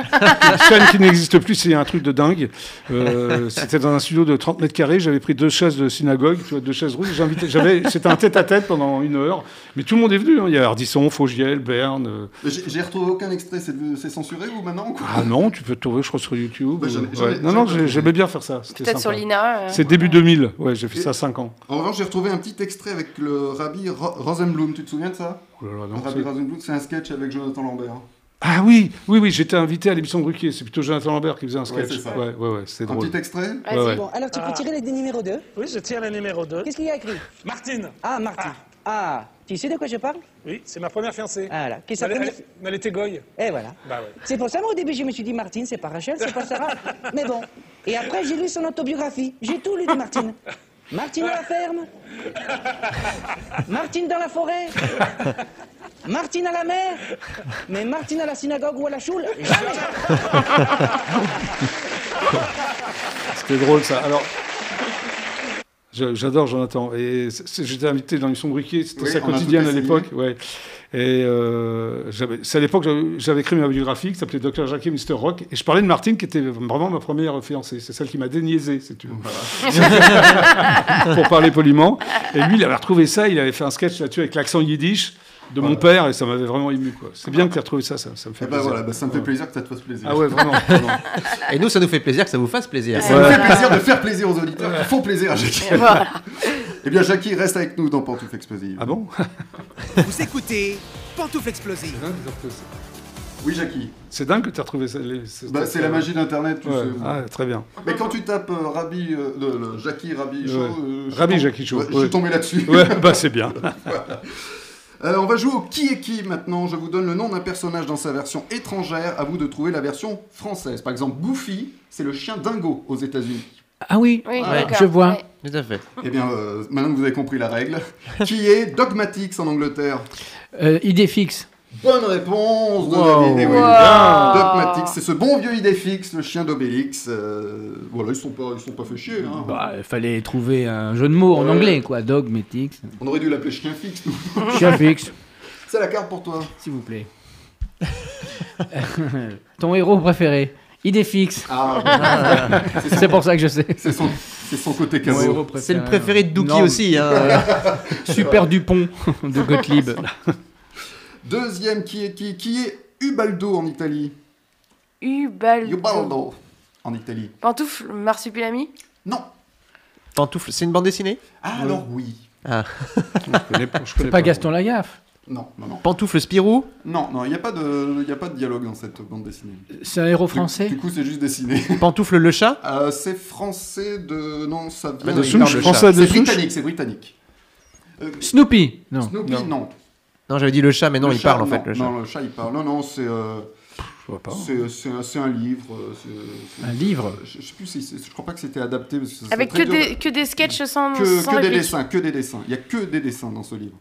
Speaker 5: chaîne qui n'existe plus, c'est un truc de dingue. Euh, c'était dans un studio de 30 mètres carrés, j'avais pris deux chaises de synagogue, tu vois, deux chaises rouges. J'invitais- j'avais- C'était un tête-à-tête pendant une heure. Mais tout le monde est venu. hein. Il y a Ardisson, Faugiel, Berne. euh.
Speaker 2: J'ai j'ai retrouvé aucun extrait. C'est c'est censuré ou maintenant ou quoi
Speaker 5: Ah non, tu peux te trouver, je crois, sur YouTube.
Speaker 2: Bah, j'en ai-
Speaker 5: Ouais.
Speaker 2: j'en ai-
Speaker 5: Non,
Speaker 2: j'en
Speaker 5: non,
Speaker 2: ai-
Speaker 5: j'ai- j'aimais bien faire ça. c'était
Speaker 4: Peut-être sur
Speaker 5: sympa.
Speaker 4: l'INA. euh,
Speaker 5: C'est début 2000. Ouais, j'ai fait ça 5 ans.
Speaker 2: En revanche, j'ai retrouvé un petit extrait avec le Rabbi Ro- Rosenblum. Tu te souviens de ça
Speaker 5: Oh là là,
Speaker 2: Le
Speaker 5: non,
Speaker 2: Rabbi
Speaker 5: c'est-
Speaker 2: Rosenblum, c'est un sketch avec Jonathan Lambert.
Speaker 5: Ah oui, oui, oui, j'étais invité à l'émission de Ruquier. C'est plutôt Jonathan Lambert qui faisait un
Speaker 2: Ouais,
Speaker 5: sketch.
Speaker 2: c'est ça.
Speaker 5: ouais, ouais, ouais, c'était
Speaker 2: Un
Speaker 5: drôle.
Speaker 2: petit extrait
Speaker 4: Vas-y.
Speaker 5: Ouais, ouais.
Speaker 12: Bon, alors tu peux tirer les numéros 2.
Speaker 7: Ah. Oui, je tire la numéro 2.
Speaker 12: Qu'est-ce qu'il y a écrit
Speaker 7: Martine
Speaker 12: Ah, Martin. Ah, tu sais de quoi je parle
Speaker 7: Oui, c'est ma première fiancée.
Speaker 12: Voilà. Qui s'appelle-
Speaker 7: Elle- elle- Elle était goye.
Speaker 12: Eh voilà.
Speaker 7: Bah ouais.
Speaker 12: C'est pour ça, moi, au début, je me suis dit Martine, c'est pas Rachel, c'est pas Sarah. Mais bon. Et après, j'ai lu son autobiographie. J'ai tout lu de Martine. Martine à la ferme. Martine dans la forêt. Martine à la mer. Mais Martine à la synagogue ou à la choule. Jamais.
Speaker 5: C'était drôle ça. Alors. je- J'adore Jonathan. Et c'est- c'est- j'étais invité dans l'émission de Ruquier, c'était
Speaker 2: Oui,
Speaker 5: sa
Speaker 2: on a
Speaker 5: quotidienne
Speaker 2: tout
Speaker 5: à l'époque. Ouais. Et euh, j'avais- c'est à l'époque j'avais- j'avais écrit ma biographie qui s'appelait Dr. Jackie et Mr. Rock. Et je parlais de Martine qui était vraiment ma première fiancée. C'est celle qui m'a déniaisé, si tu veux. pour parler poliment. Et lui, il avait retrouvé ça, il avait fait un sketch là-dessus avec l'accent yiddish de mon père et ça m'avait vraiment ému. quoi. C'est bien que tu aies retrouvé ça, ça, ça me fait
Speaker 2: Eh ben
Speaker 5: plaisir.
Speaker 2: voilà, bah, ça me fait plaisir que ça te fasse plaisir.
Speaker 5: Ah ouais, vraiment. vraiment.
Speaker 3: Et nous, ça nous fait plaisir que ça vous fasse plaisir.
Speaker 2: Ça me fait plaisir de faire plaisir aux auditeurs qui font plaisir à Jackie. Eh bien, Jackie, reste avec nous dans Pantoufle Explosive.
Speaker 5: Ah bon
Speaker 1: Vous écoutez Pantoufle Explosive.
Speaker 2: Oui, Jackie.
Speaker 5: C'est dingue que tu as retrouvé ça. les- ce- euh,
Speaker 2: Bah, c'est la magie d'Internet. tu
Speaker 5: Ouais.
Speaker 2: sais.
Speaker 5: Ah, très bien.
Speaker 2: Mais quand tu tapes euh, Rabbi, euh, le- le Jackie Rabbi Show,
Speaker 5: Ouais.
Speaker 2: euh, je suis
Speaker 5: Rabbi
Speaker 2: tom-
Speaker 5: Jackie Show,
Speaker 2: Ouais, je
Speaker 5: ouais.
Speaker 2: suis tombé là-dessus.
Speaker 5: Ouais, bah c'est bien.
Speaker 2: Euh, on va jouer au qui est qui maintenant. Je vous donne le nom d'un personnage dans sa version étrangère. À vous de trouver la version française. Par exemple, Goofy, c'est le chien dingo aux États-Unis.
Speaker 6: Ah oui,
Speaker 2: Oui,
Speaker 6: ouais,
Speaker 2: d'accord,
Speaker 6: je vois.
Speaker 3: Tout à fait.
Speaker 2: Eh bien, euh, maintenant que vous avez compris la règle, qui est Dogmatics en Angleterre
Speaker 6: Euh, idée fixe.
Speaker 2: Bonne réponse de
Speaker 6: Wow.
Speaker 2: David, eh oui.
Speaker 6: Wow.
Speaker 2: Bien. Dogmatix, c'est ce bon vieux Idéfix, le chien d'Obélix. euh, voilà, ils sont pas, ils sont pas fait chier. hein.
Speaker 6: Bah, il fallait trouver un jeu de mots en
Speaker 2: Ouais.
Speaker 6: anglais, quoi. Dogmatique.
Speaker 2: On aurait dû l'appeler chien fixe. nous.
Speaker 6: Chien fixe,
Speaker 2: C'est la carte pour toi.
Speaker 6: s'il vous plaît. Ton héros préféré. Idée fixe.
Speaker 2: Ah, bon.
Speaker 6: c'est pour ça que je sais.
Speaker 2: C'est son, c'est son côté
Speaker 6: Mon
Speaker 2: caveau.
Speaker 6: héros hein. Non, mais-
Speaker 3: hein.
Speaker 6: Super Dupont de Gottlieb.
Speaker 2: Deuxième, qui est qui Qui est Ubaldo en Italie
Speaker 4: Ubaldo.
Speaker 2: Ubaldo en Italie.
Speaker 4: Pantoufle, marsupilami
Speaker 2: Non.
Speaker 3: Pantoufle, c'est une bande dessinée
Speaker 2: Ah, alors oui.
Speaker 3: Ah.
Speaker 6: C'est pas Gaston Lagaffe.
Speaker 2: Non, non, non.
Speaker 3: Pantoufle Spirou
Speaker 2: Non, non, il n'y a, pas de- y a pas de dialogue dans cette bande dessinée.
Speaker 6: C'est un héros
Speaker 2: Du-
Speaker 6: français
Speaker 2: Du coup, c'est juste dessiné.
Speaker 3: Pantoufle le chat
Speaker 2: Euh, c'est français de. Non, ça vient
Speaker 3: Bah, de souche,
Speaker 2: non, le
Speaker 3: français
Speaker 2: chat.
Speaker 3: de
Speaker 2: C'est
Speaker 3: souche.
Speaker 2: britannique, c'est britannique.
Speaker 6: Snoopy Non.
Speaker 2: Snoopy, non.
Speaker 3: Non, j'avais dit le chat, mais non,
Speaker 2: Le
Speaker 3: il
Speaker 2: chat,
Speaker 3: parle en
Speaker 2: non.
Speaker 3: fait, le chat.
Speaker 2: Non, le chat, il parle. Non, non, c'est. euh, c'est- C'est un- c'est un livre. euh, c'est- c'est-
Speaker 6: Un livre
Speaker 2: Je je sais plus si. c'est- Je crois pas que c'était adapté. Parce que ça serait
Speaker 4: Avec que
Speaker 2: très dur
Speaker 4: des,
Speaker 2: de-
Speaker 4: que des sketchs sans.
Speaker 2: que,
Speaker 4: sans
Speaker 2: que des
Speaker 4: réplique.
Speaker 2: dessins, que des dessins. Il y a que des dessins dans ce livre.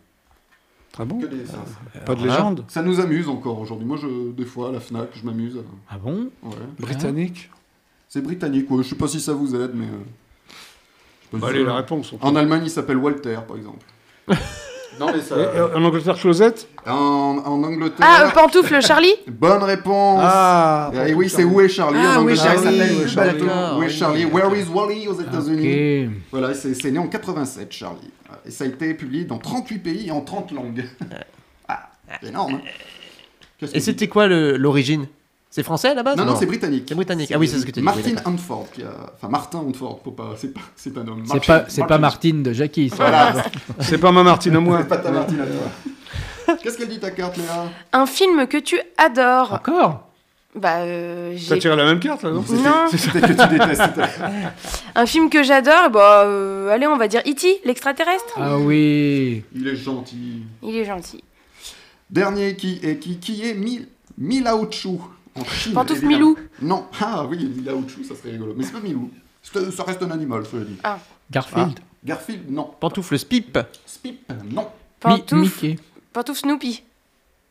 Speaker 5: Très Ah bon.
Speaker 2: Que des dessins.
Speaker 3: Ah.
Speaker 5: Pas de légende
Speaker 2: Ça nous amuse encore aujourd'hui. Moi, je, des fois, à la Fnac, je m'amuse. euh,
Speaker 6: Ah bon
Speaker 2: Ouais.
Speaker 5: Britannique
Speaker 2: C'est britannique, ouais. Je sais pas si ça vous aide, mais. euh, je sais pas
Speaker 5: Bah,
Speaker 2: si
Speaker 5: allez,
Speaker 2: ça-
Speaker 5: la réponse, on
Speaker 2: En
Speaker 5: peut-
Speaker 2: Allemagne, il s'appelle Walter, par exemple. non, mais ça.
Speaker 5: Et- et Eh, En Angleterre, Closette
Speaker 2: En, en Angleterre.
Speaker 4: Ah, euh, pantoufle, Charlie
Speaker 2: Bonne réponse.
Speaker 5: Ah,
Speaker 2: Eh oui, c'est
Speaker 5: Charlie.
Speaker 2: Où est Charlie
Speaker 5: Ah,
Speaker 2: en
Speaker 5: Où est
Speaker 2: Angleterre, il
Speaker 5: Charlie,
Speaker 2: s'appelle
Speaker 5: Où est Charlie,
Speaker 2: Balto.
Speaker 5: d'accord,
Speaker 2: Où est
Speaker 5: oui, Ah,
Speaker 2: Charlie
Speaker 5: ok.
Speaker 2: Where is Wally aux États-Unis
Speaker 6: Ok.
Speaker 2: Voilà, c'est c'est né en 87, Charlie. Et ça a été publié dans 38 pays et en 30 langues. ah, c'est énorme. hein. Qu'est-ce
Speaker 3: Et
Speaker 2: que-
Speaker 3: c'était quoi le- l'origine C'est français à la base
Speaker 2: Non, non,
Speaker 3: ou
Speaker 2: c'est britannique.
Speaker 3: C'est britannique. Ah oui, c'est ce que tu dis.
Speaker 2: Martin Huntford, qui a- enfin Martin Huntford, faut pas- c'est pas, c'est un homme.
Speaker 6: C'est pas, c'est pas Martine de Jackie. ça.
Speaker 2: Voilà.
Speaker 5: C'est pas ma Martine à moi.
Speaker 2: C'est pas ta Martine à toi. Qu'est-ce qu'elle dit ta carte, Léa
Speaker 4: Un film que tu adores.
Speaker 6: Encore
Speaker 4: Bah, euh,
Speaker 5: T'as
Speaker 4: j'ai.
Speaker 5: tiré la même carte là, non
Speaker 4: Non.
Speaker 5: C'est
Speaker 2: ça que tu détestes.
Speaker 4: Un film que j'adore, bah, euh, allez, on va dire E.T., l'extraterrestre.
Speaker 6: Ah oui.
Speaker 2: Il est gentil.
Speaker 4: Il est gentil.
Speaker 2: Dernier qui est qui qui est Mil Milaochu en Chine.
Speaker 4: Pantouf
Speaker 2: évidemment.
Speaker 4: Milou.
Speaker 2: Non, ah oui, Milaochu, ça serait rigolo. Mais c'est pas Milou. C'est- Ça reste un animal, cela dit.
Speaker 4: Ah.
Speaker 6: Garfield.
Speaker 2: Ah, Garfield, non.
Speaker 3: Pantoufle Spip.
Speaker 2: Spip, non.
Speaker 4: Pantouf. Pantouf Snoopy.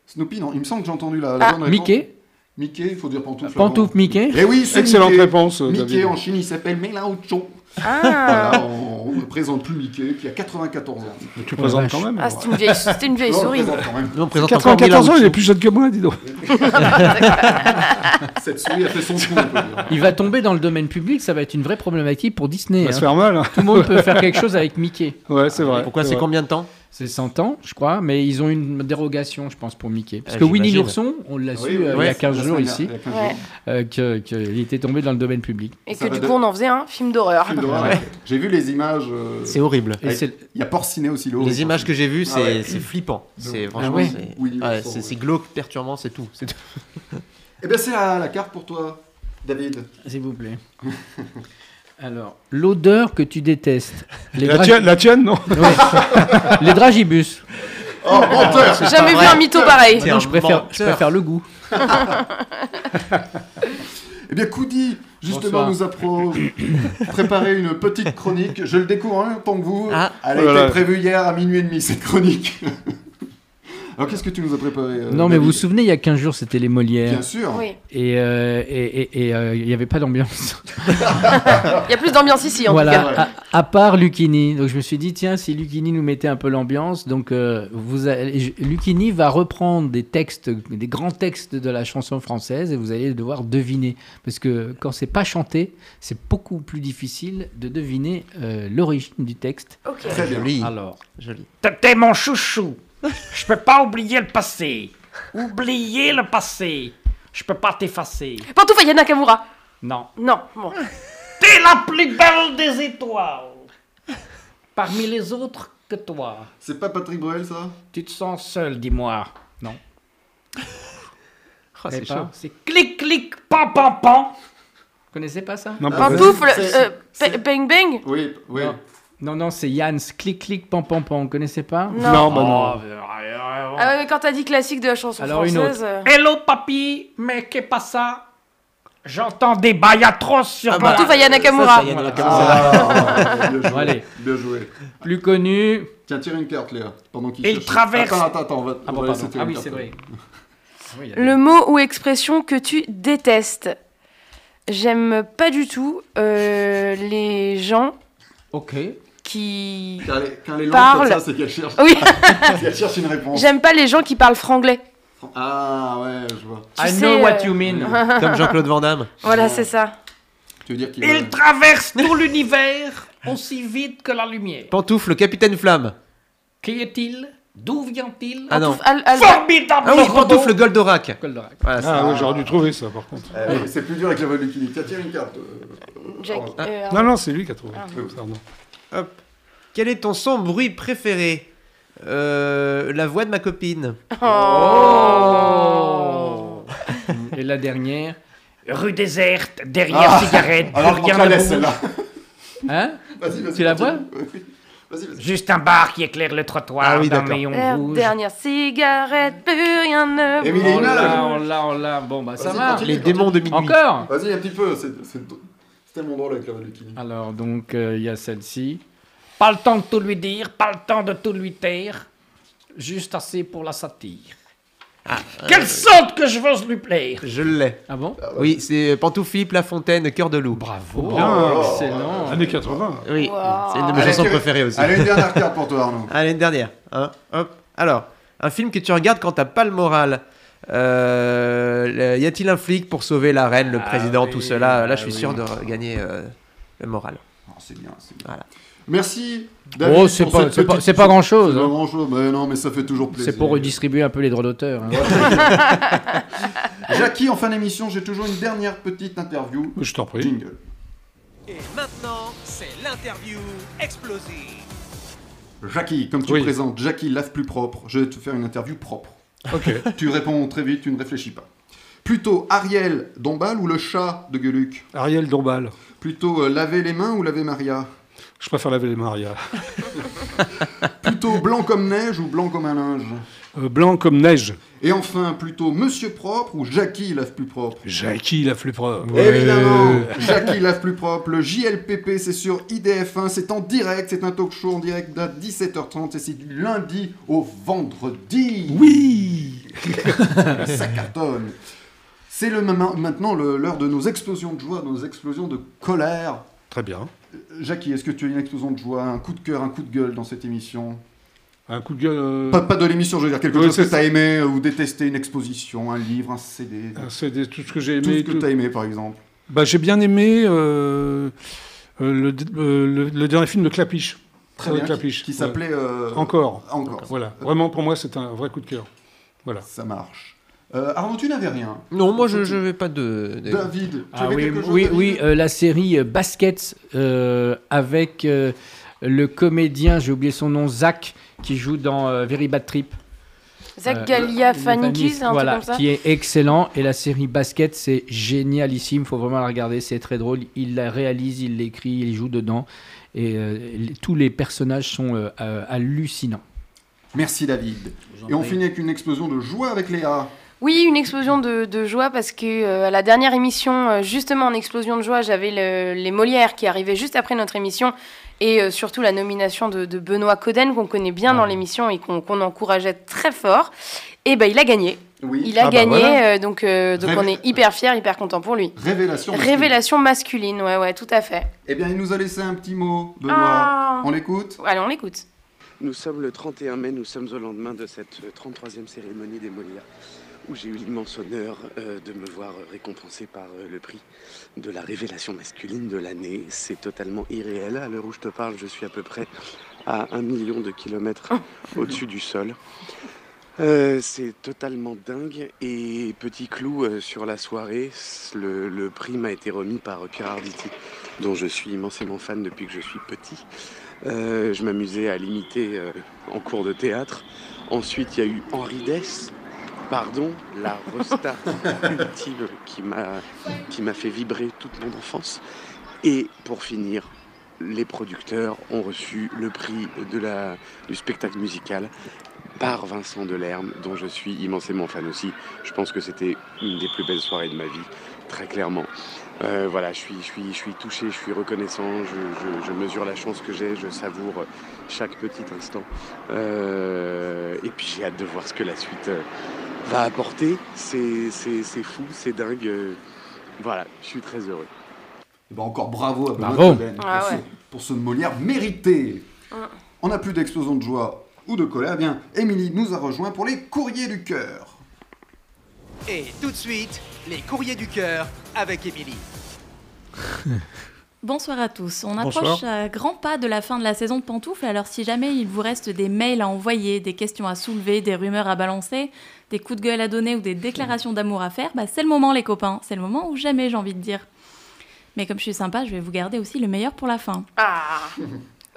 Speaker 2: Snoopy, non. Il me semble que j'ai entendu la, la
Speaker 4: Ah.
Speaker 2: bonne réponse.
Speaker 6: Mickey
Speaker 2: Mickey, il faut dire pantoufle.
Speaker 6: Pantoufle Mickey
Speaker 2: Et oui, c'est
Speaker 5: Excellente
Speaker 2: Mickey.
Speaker 5: réponse, euh,
Speaker 2: Mickey
Speaker 5: David.
Speaker 2: en Chine, il s'appelle Milaochu.
Speaker 4: Ah.
Speaker 2: Voilà, on on ne présente plus Mickey qui a 94 ans.
Speaker 5: Tu présentes quand même.
Speaker 4: Ah, c'était une vieille, c'était une vieille
Speaker 2: Non, on
Speaker 4: souris.
Speaker 2: présente quand même.
Speaker 3: Nous, on présente Ah, encore
Speaker 5: 94 ans,
Speaker 3: Milao.
Speaker 5: il est plus jeune que moi, dis donc.
Speaker 2: Cette souris a fait son trou, on peut dire.
Speaker 6: Il va tomber dans le domaine public, ça va être une vraie problématique pour Disney.
Speaker 5: Il va se
Speaker 6: hein.
Speaker 5: faire mal. hein.
Speaker 6: Tout le monde peut faire quelque chose avec Mickey.
Speaker 5: Ouais, c'est vrai.
Speaker 3: Pourquoi C'est
Speaker 5: vrai.
Speaker 3: combien de temps
Speaker 6: C'est 100 ans, je crois, mais ils ont une dérogation, je pense, pour Mickey. Parce
Speaker 3: Ah,
Speaker 6: que Winnie
Speaker 3: j'imagine.
Speaker 6: l'ourson, on l'a
Speaker 2: Oui,
Speaker 6: su
Speaker 2: oui,
Speaker 6: euh, il
Speaker 2: oui,
Speaker 6: y a 15
Speaker 2: la
Speaker 6: jours
Speaker 2: semaine,
Speaker 6: ici,
Speaker 2: il y a 15
Speaker 4: Ouais.
Speaker 2: jours.
Speaker 6: euh, que- qu'il était tombé dans le domaine public.
Speaker 4: Et
Speaker 2: Ça
Speaker 4: que
Speaker 2: va
Speaker 4: du
Speaker 2: de-
Speaker 4: coup, on en faisait un film d'horreur.
Speaker 2: Film d'horreur. J'ai vu les images. euh,
Speaker 3: C'est horrible.
Speaker 6: Et
Speaker 2: avec-
Speaker 6: c'est-
Speaker 2: Il y a Porcinet aussi. l'eau.
Speaker 3: Les images que j'ai vues,
Speaker 2: Ah
Speaker 3: c'est
Speaker 2: ouais.
Speaker 3: c'est flippant. C'est franchement,
Speaker 6: ouais.
Speaker 3: c'est
Speaker 2: Oui,
Speaker 3: Ah ouais,
Speaker 2: oui,
Speaker 3: c'est-
Speaker 2: oui.
Speaker 3: c'est glauque, perturbant, c'est tout. C'est tout.
Speaker 2: Eh bien, c'est la, la carte pour toi, David.
Speaker 6: S'il vous plaît. Alors, l'odeur que tu détestes. Les,
Speaker 5: La
Speaker 6: dra-
Speaker 5: tienne, la tienne, non
Speaker 6: les dragibus.
Speaker 2: Oh, menteur
Speaker 4: Jamais vu un mytho pareil.
Speaker 3: T'es
Speaker 6: Ah Non,
Speaker 3: un
Speaker 6: je préfère, je
Speaker 3: menteur.
Speaker 6: préfère le goût.
Speaker 2: Eh bien, Koudi, justement,
Speaker 6: Bonsoir.
Speaker 2: nous a pro- préparé une petite chronique. Je le découvre en même temps que vous.
Speaker 3: Ah.
Speaker 2: Elle a
Speaker 5: Oh là là.
Speaker 2: été prévue hier à minuit et demi, cette chronique. Alors, qu'est-ce que tu nous as préparé euh,
Speaker 6: non, mais
Speaker 2: David
Speaker 6: vous vous souvenez, il y a 15 jours, c'était les Molières.
Speaker 2: Bien sûr.
Speaker 4: Oui.
Speaker 6: Et euh, et- et- et, euh, il n'y avait pas d'ambiance.
Speaker 4: Il y a plus d'ambiance ici, en tout cas.
Speaker 6: voilà, à, à part Lucchini. Donc je me suis dit, tiens, si Lucchini nous mettait un peu l'ambiance, donc euh, vous allez- je- Lucchini va reprendre des textes, des grands textes de la chanson française et vous allez devoir deviner. Parce que quand c'est pas chanté, c'est beaucoup plus difficile de deviner euh, l'origine du texte.
Speaker 4: Ok.
Speaker 2: Très bien.
Speaker 3: Joli.
Speaker 6: Alors,
Speaker 3: Joli.
Speaker 13: T'étais mon chouchou. Je peux pas oublier le passé. Oublier le passé. Je peux pas t'effacer.
Speaker 4: Pantouf Ayana Kamura.
Speaker 13: Non.
Speaker 4: Non, bon.
Speaker 13: T'es la plus belle des étoiles. Parmi les autres que toi.
Speaker 2: C'est pas Patrick Bruel, ça
Speaker 13: Tu te sens seul, dis-moi. Non.
Speaker 3: Oh, c'est
Speaker 6: c'est pas-
Speaker 3: chaud.
Speaker 13: C'est clic, clic, pan, pan, pan.
Speaker 6: Vous connaissez pas ça
Speaker 5: Non, bah, pas vrai.
Speaker 4: Pantoufle,
Speaker 2: c'est-
Speaker 4: euh,
Speaker 2: c'est-
Speaker 4: Bang Bang.
Speaker 2: Oui, oui.
Speaker 6: Non, non, c'est Yanns, clic, clic, pam, pam, pam. Vous connaissez pas
Speaker 4: Non.
Speaker 5: bah non.
Speaker 13: Oh, euh, euh,
Speaker 4: Ah ouais, mais quand t'as dit classique de la chanson
Speaker 6: Alors, une
Speaker 4: française.
Speaker 6: autre.
Speaker 4: euh,
Speaker 13: Hello papy, mais qu'est pas ça J'entends des bails atroces
Speaker 6: Ah,
Speaker 13: sur
Speaker 4: bah, Pantouf, Aya Nakamura. ça, Aya
Speaker 2: Ah, bien, joué.
Speaker 6: Allez.
Speaker 2: bien joué.
Speaker 6: Plus connu.
Speaker 2: Tiens, tire une carte, Léa, pendant qu'il
Speaker 13: Et il
Speaker 2: cherche.
Speaker 13: traverse.
Speaker 2: Attends, attends, attends, on va,
Speaker 13: Ah
Speaker 2: on
Speaker 13: bon,
Speaker 2: va laisser
Speaker 13: pardon.
Speaker 2: tirer
Speaker 13: Ah
Speaker 2: une
Speaker 13: oui,
Speaker 2: carte.
Speaker 13: c'est vrai.
Speaker 6: Ah
Speaker 4: Le mot ou expression que tu détestes. J'aime pas du tout euh, les gens
Speaker 6: Ok.
Speaker 4: qui.
Speaker 2: Quand elle, quand elle est longue
Speaker 4: Parle.
Speaker 2: comme ça, c'est qu'elle cherche.
Speaker 4: Oui.
Speaker 2: elle cherche une réponse.
Speaker 4: J'aime pas les gens qui parlent franglais.
Speaker 2: Ah ouais, je vois.
Speaker 4: Tu I sais, know what euh, you mean.
Speaker 3: Comme Jean-Claude Van Damme.
Speaker 4: Voilà, c'est ça.
Speaker 2: Tu veux dire qu'il
Speaker 13: Il traverse tout l'univers aussi vite que la
Speaker 3: Ah.
Speaker 13: lumière.
Speaker 3: Pantoufle, Capitaine Flamme.
Speaker 13: Qui est-il D'où vient-il
Speaker 3: Ah non.
Speaker 13: Formidable
Speaker 3: Ah oui,
Speaker 13: robot.
Speaker 3: Pantoufle, Goldorak.
Speaker 13: Goldorak.
Speaker 3: Voilà,
Speaker 5: Ah
Speaker 3: ça.
Speaker 5: ouais, j'aurais dû trouver ça par contre.
Speaker 2: Euh, oui, c'est plus dur avec la volupté. Tiens, tire une carte. euh,
Speaker 4: Jack,
Speaker 3: Ah.
Speaker 2: Arnaud.
Speaker 4: euh,
Speaker 5: Non, non, c'est lui qui a trouvé.
Speaker 4: Ah.
Speaker 5: Pardon.
Speaker 3: Hop. Quel est ton son bruit préféré Euh, La voix de ma copine.
Speaker 6: Oh. Et la dernière.
Speaker 13: Rue déserte, derrière
Speaker 6: Ah.
Speaker 13: cigarette,
Speaker 6: Alors,
Speaker 13: plus
Speaker 6: on te
Speaker 13: rien
Speaker 6: la
Speaker 13: ne
Speaker 6: laisse,
Speaker 13: bouge.
Speaker 6: celle-là. Hein
Speaker 2: Vas-y, vas-y.
Speaker 6: Tu la vois
Speaker 2: Vas-y, vas-y.
Speaker 13: Juste un bar qui éclaire le trottoir
Speaker 6: Ah oui,
Speaker 13: d'un
Speaker 6: d'accord.
Speaker 13: néon
Speaker 4: La
Speaker 13: rouge.
Speaker 4: dernière cigarette, plus rien ne.
Speaker 2: Eh oui,
Speaker 4: bouge.
Speaker 2: les
Speaker 6: On
Speaker 2: images.
Speaker 6: l'a, on l'a, on l'a. Bon, bah ça
Speaker 2: Vas-y,
Speaker 6: marche.
Speaker 2: continue, continue.
Speaker 3: de minuit.
Speaker 6: Encore
Speaker 2: Vas-y, un petit peu. c'est- C'est c'est tellement drôle avec la volupté.
Speaker 6: Alors, donc, euh, il y a celle-ci.
Speaker 13: Pas le temps de tout lui dire, pas le temps de tout lui taire. Juste assez pour la satire. Quelle sorte que je veux lui plaire
Speaker 3: Je l'ai.
Speaker 6: Ah bon
Speaker 3: Oui, c'est Pantouflippe, La Fontaine, Cœur de loup.
Speaker 2: Oh,
Speaker 6: Bravo.
Speaker 5: Bien.
Speaker 6: Oh, Excellent.
Speaker 5: Années 80.
Speaker 3: Oui, c'est une de mes
Speaker 2: Allez,
Speaker 3: chansons
Speaker 2: tu-
Speaker 3: préférées aussi.
Speaker 2: Allez, une dernière carte pour toi, Arnaud.
Speaker 3: Allez, une dernière. hein. Hop. Alors, un film que tu regardes quand t'as pas le moral. Euh, le- y a-t-il un flic pour sauver la reine, le
Speaker 13: Ah
Speaker 3: président,
Speaker 13: oui,
Speaker 3: tout cela Là,
Speaker 13: ah
Speaker 3: je suis
Speaker 13: oui.
Speaker 3: sûr de gagner euh, le moral.
Speaker 2: Oh, c'est bien, c'est bien.
Speaker 3: Voilà.
Speaker 2: Merci.
Speaker 6: Oh, c'est
Speaker 2: pour
Speaker 6: pas-
Speaker 2: cette
Speaker 6: c'est pas-
Speaker 2: petite-
Speaker 6: c'est pas grand-chose,
Speaker 2: C'est pas
Speaker 6: hein.
Speaker 2: grand-chose. Mais non, mais ça fait toujours plaisir.
Speaker 6: C'est pour redistribuer un peu les droits d'auteur. hein.
Speaker 2: Jackie, en fin d'émission, j'ai toujours une dernière petite interview.
Speaker 5: Je t'en prie.
Speaker 2: Jingle.
Speaker 1: Et maintenant, c'est l'interview explosive.
Speaker 2: Jackie, comme tu
Speaker 5: Oui.
Speaker 2: présentes Jackie lave plus propre, je vais te faire une interview propre.
Speaker 5: Ok.
Speaker 2: tu réponds très vite, tu ne réfléchis pas. Plutôt Ariel Dombal ou le chat de Gueluc
Speaker 5: Ariel Dombal.
Speaker 2: Plutôt euh, laver les mains ou laver Maria
Speaker 5: Je préfère laver les mains, Ariel.
Speaker 2: Plutôt blanc comme neige ou blanc comme un linge
Speaker 5: Euh, blanc comme neige.
Speaker 2: Et enfin, plutôt Monsieur Propre ou Jackie lave plus propre
Speaker 5: Jackie la plus propre.
Speaker 2: Évidemment, Jackie lave plus propre, le JLPP c'est sur IDF1, c'est en direct, c'est un talk show en direct à 17h30 et c'est du lundi au vendredi. Ah,
Speaker 5: Oui
Speaker 2: ça cartonne. C'est le moment- maintenant le- l'heure de nos explosions de joie, de nos explosions de colère.
Speaker 5: Très bien.
Speaker 2: Euh, Jackie, est-ce que tu as une explosion de joie, un coup de cœur, un coup de gueule dans cette émission
Speaker 5: Un coup de gueule. euh,
Speaker 2: pas, pas de l'émission, je veux dire quelque
Speaker 5: oui,
Speaker 2: chose que
Speaker 5: c'est-
Speaker 2: tu as aimé euh, ou détesté, une exposition, un livre, un CD,
Speaker 5: un CD, tout ce que Euh, j'ai
Speaker 2: tout
Speaker 5: aimé.
Speaker 2: ce que
Speaker 5: tout-
Speaker 2: tu as aimé par exemple.
Speaker 5: Bah, j'ai bien aimé euh, euh, le, euh, le- le dernier film de Clapiche.
Speaker 2: Très
Speaker 5: Euh,
Speaker 2: bien, qui,
Speaker 5: Clapiche.
Speaker 2: qui
Speaker 5: Ouais.
Speaker 2: s'appelait... euh,
Speaker 5: Encore.
Speaker 2: Encore.
Speaker 5: Voilà. Vraiment, pour moi, c'est un vrai coup de cœur. Voilà.
Speaker 2: Ça marche. Euh, Arnaud, tu n'avais rien.
Speaker 3: Non, moi, je, je vais pas de. de-
Speaker 2: David, tu
Speaker 6: Ah
Speaker 2: avais
Speaker 6: oui,
Speaker 2: quelque chose
Speaker 6: oui,
Speaker 2: David
Speaker 6: oui, euh, la série euh, Baskets euh, avec euh, le comédien, j'ai oublié son nom, Zach, qui joue dans euh, Very Bad Trip.
Speaker 4: Zach
Speaker 6: Euh,
Speaker 4: Galifianakis, un
Speaker 6: voilà,
Speaker 4: truc comme ça.
Speaker 6: qui est excellent. Et la série Basket, c'est génialissime. Faut vraiment la regarder, c'est très drôle. Il la réalise, il l'écrit, il joue dedans. Et euh, les- tous les personnages sont euh, euh, hallucinants.
Speaker 2: Merci David. Et on finit avec une explosion de joie avec Léa.
Speaker 4: Oui, une explosion de, de joie parce que euh, à la dernière émission, euh, justement en explosion de joie, j'avais le- les Molières qui arrivaient juste après notre émission et euh, surtout la nomination de, de Benoît Coden qu'on connaît bien dans l'émission et qu'on qu'on encourageait très fort. Et ben il a gagné.
Speaker 2: Oui.
Speaker 4: Il a
Speaker 5: Ah bah
Speaker 4: gagné,
Speaker 5: voilà.
Speaker 4: euh, donc, euh, donc
Speaker 2: Révé-
Speaker 4: on est hyper fiers, hyper contents pour lui.
Speaker 2: Révélation.
Speaker 4: Révélation masculine, ouais, ouais, tout à fait.
Speaker 2: Eh bien, il nous a laissé un petit mot, Benoît.
Speaker 4: Ah.
Speaker 2: On l'écoute
Speaker 4: Allez, on l'écoute.
Speaker 14: Nous sommes le 31 mai, nous sommes au lendemain de cette euh, 33e cérémonie des Molières, où j'ai eu l'immense honneur euh, de me voir euh, récompensé par euh, le prix de la révélation masculine de l'année. C'est totalement irréel. À l'heure où je te parle, je suis à peu près à un million de kilomètres au-dessus du sol. Euh, c'est totalement dingue et petit clou euh, sur la soirée, s- le, le prix m'a été remis par euh, Pierre Arditi, dont je suis immensément fan depuis que je suis petit. Euh, je m'amusais à l'imiter euh, en cours de théâtre. Ensuite, il y a eu Henri Dess, pardon, la resta ultime qui m'a, qui m'a fait vibrer toute mon enfance. Et pour finir, les producteurs ont reçu le prix de la, du spectacle musical par Vincent Delerme, dont je suis immensément fan aussi. Je pense que c'était une des plus belles soirées de ma vie, très clairement. Euh, voilà, je suis, je, suis, je suis touché, je suis reconnaissant, je, je- je mesure la chance que j'ai, je savoure chaque petit instant. Euh, et puis j'ai hâte de voir ce que la suite euh, va apporter. C'est c'est- c'est fou, c'est dingue. euh, Voilà, je suis très heureux.
Speaker 2: Eh ben, encore bravo à Benoît
Speaker 14: Bravo.
Speaker 2: Cohen pour,
Speaker 14: Ah
Speaker 2: ce,
Speaker 14: ouais.
Speaker 2: pour ce Molière mérité.
Speaker 4: Mm.
Speaker 2: On n'a plus d'explosion de joie ou de colère. Eh Bien, Émilie nous a rejoint pour les courriers du cœur.
Speaker 1: Et tout de suite, les courriers du cœur avec Émilie.
Speaker 15: Bonsoir à tous. On
Speaker 1: Bonsoir.
Speaker 15: approche à grands pas de la fin de la saison de pantoufles, alors si jamais il vous reste des mails à envoyer, des questions à soulever, des rumeurs à balancer, des coups de gueule à donner ou des déclarations d'amour à faire, bah c'est le moment les copains. C'est le moment où jamais j'ai envie de dire. Mais comme je suis sympa, je vais vous garder aussi le meilleur pour la fin.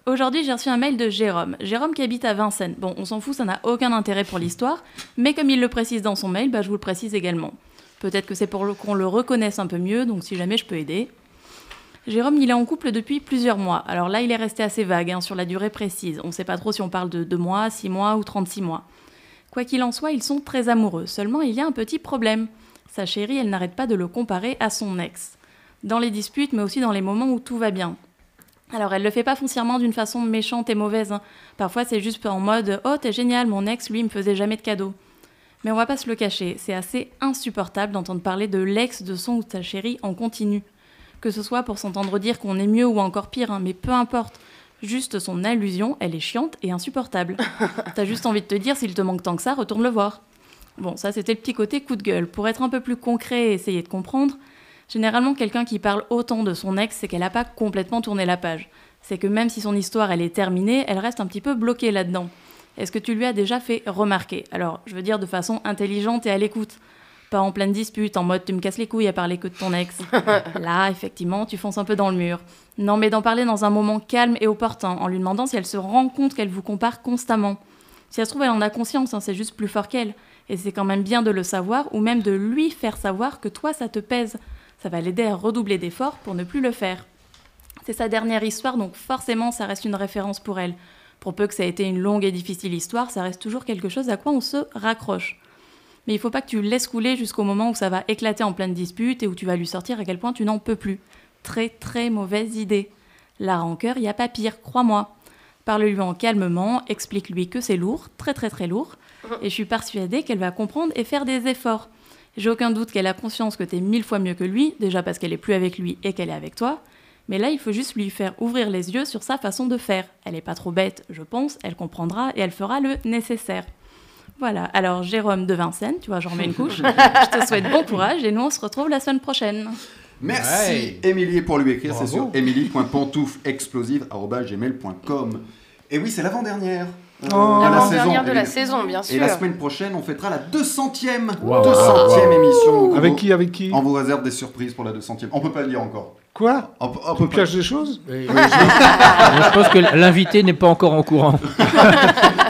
Speaker 15: Aujourd'hui, j'ai reçu un mail de Jérôme. Jérôme qui habite à Vincennes. Bon, on s'en fout, ça n'a aucun intérêt pour l'histoire, mais comme il le précise dans son mail, bah, je vous le précise également. Peut-être que c'est pour le- qu'on le reconnaisse un peu mieux, donc si jamais je peux aider. Jérôme, il est en couple depuis plusieurs mois. Alors là, il est resté assez vague hein, sur la durée précise. On ne sait pas trop si on parle de 2 mois, 6 mois ou 36 mois. Quoi qu'il en soit, ils sont très amoureux. Seulement, il y a un petit problème. Sa chérie, elle n'arrête pas de le comparer à son ex. Dans les disputes, mais aussi dans les moments où tout va bien. Alors, elle le fait pas foncièrement d'une façon méchante et mauvaise. hein. Parfois, c'est juste en mode Oh, t'es génial, mon ex, lui, il me faisait jamais de cadeaux. Mais on va pas se le cacher, c'est assez insupportable d'entendre parler de l'ex de son ou de sa chérie en continu. Que ce soit pour s'entendre dire qu'on est mieux ou encore pire, hein, mais peu importe. Juste son allusion, elle est chiante et insupportable. T'as juste envie de te dire s'il te manque tant que ça, retourne le voir. Bon, ça c'était le petit côté coup de gueule. Pour être un peu plus concret et essayer de comprendre, généralement quelqu'un qui parle autant de son ex, c'est qu'elle n'a pas complètement tourné la page. C'est que même si son histoire elle est terminée, elle reste un petit peu bloquée là-dedans. Est-ce que tu lui as déjà fait remarquer Alors, je veux dire de façon intelligente et à l'écoute. Pas en pleine dispute, en mode tu me casses les couilles à parler que de ton ex. Là, effectivement, tu fonces un peu dans le mur. Non, mais d'en parler dans un moment calme et opportun, en lui demandant si elle se rend compte qu'elle vous compare constamment. Si ça se trouve, elle en a conscience, hein, c'est juste plus fort qu'elle. Et c'est quand même bien de le savoir, ou même de lui faire savoir que toi, ça te pèse. Ça va l'aider à redoubler d'efforts pour ne plus le faire. C'est sa dernière histoire, donc forcément, ça reste une référence pour elle. Pour peu que ça ait été une longue et difficile histoire, ça reste toujours quelque chose à quoi on se raccroche. Mais il faut pas que tu laisses couler jusqu'au moment où ça va éclater en pleine dispute et où tu vas lui sortir à quel point tu n'en peux plus. Très très mauvaise idée. La rancœur, il y a pas pire, crois-moi. Parle-lui en calmement, explique-lui que c'est lourd, très très très lourd, et je suis persuadée qu'elle va comprendre et faire des efforts. J'ai aucun doute qu'elle a conscience que t'es mille fois mieux que lui, déjà parce qu'elle est plus avec lui et qu'elle est avec toi, mais là il faut juste lui faire ouvrir les yeux sur sa façon de faire. Elle est pas trop bête, je pense, elle comprendra et elle fera le nécessaire. Voilà, alors Jérôme de Vincennes, tu vois, j'en remets une couche. Je te souhaite bon courage et nous on se retrouve la semaine prochaine.
Speaker 2: Merci Émilie Et pour lui écrire, c'est sur émilie.pantouflexplosive.gmail.com. Et oui, c'est l'avant-dernière. euh,
Speaker 4: Oh.
Speaker 2: de
Speaker 4: L'avant-dernière de la
Speaker 2: Émilie.
Speaker 4: saison, bien
Speaker 2: Et
Speaker 4: sûr.
Speaker 2: la semaine prochaine, on fêtera la 200e,
Speaker 5: Wow. Ah,
Speaker 2: 200e
Speaker 5: Wow.
Speaker 2: émission.
Speaker 5: Avec
Speaker 2: qui Avec qui On vous réserve des surprises pour la 200e. On peut pas le dire encore.
Speaker 5: Quoi
Speaker 2: On, peut- on
Speaker 5: On
Speaker 2: peut pas-
Speaker 5: cache des choses
Speaker 6: Je pense que l'invité n'est pas encore en courant.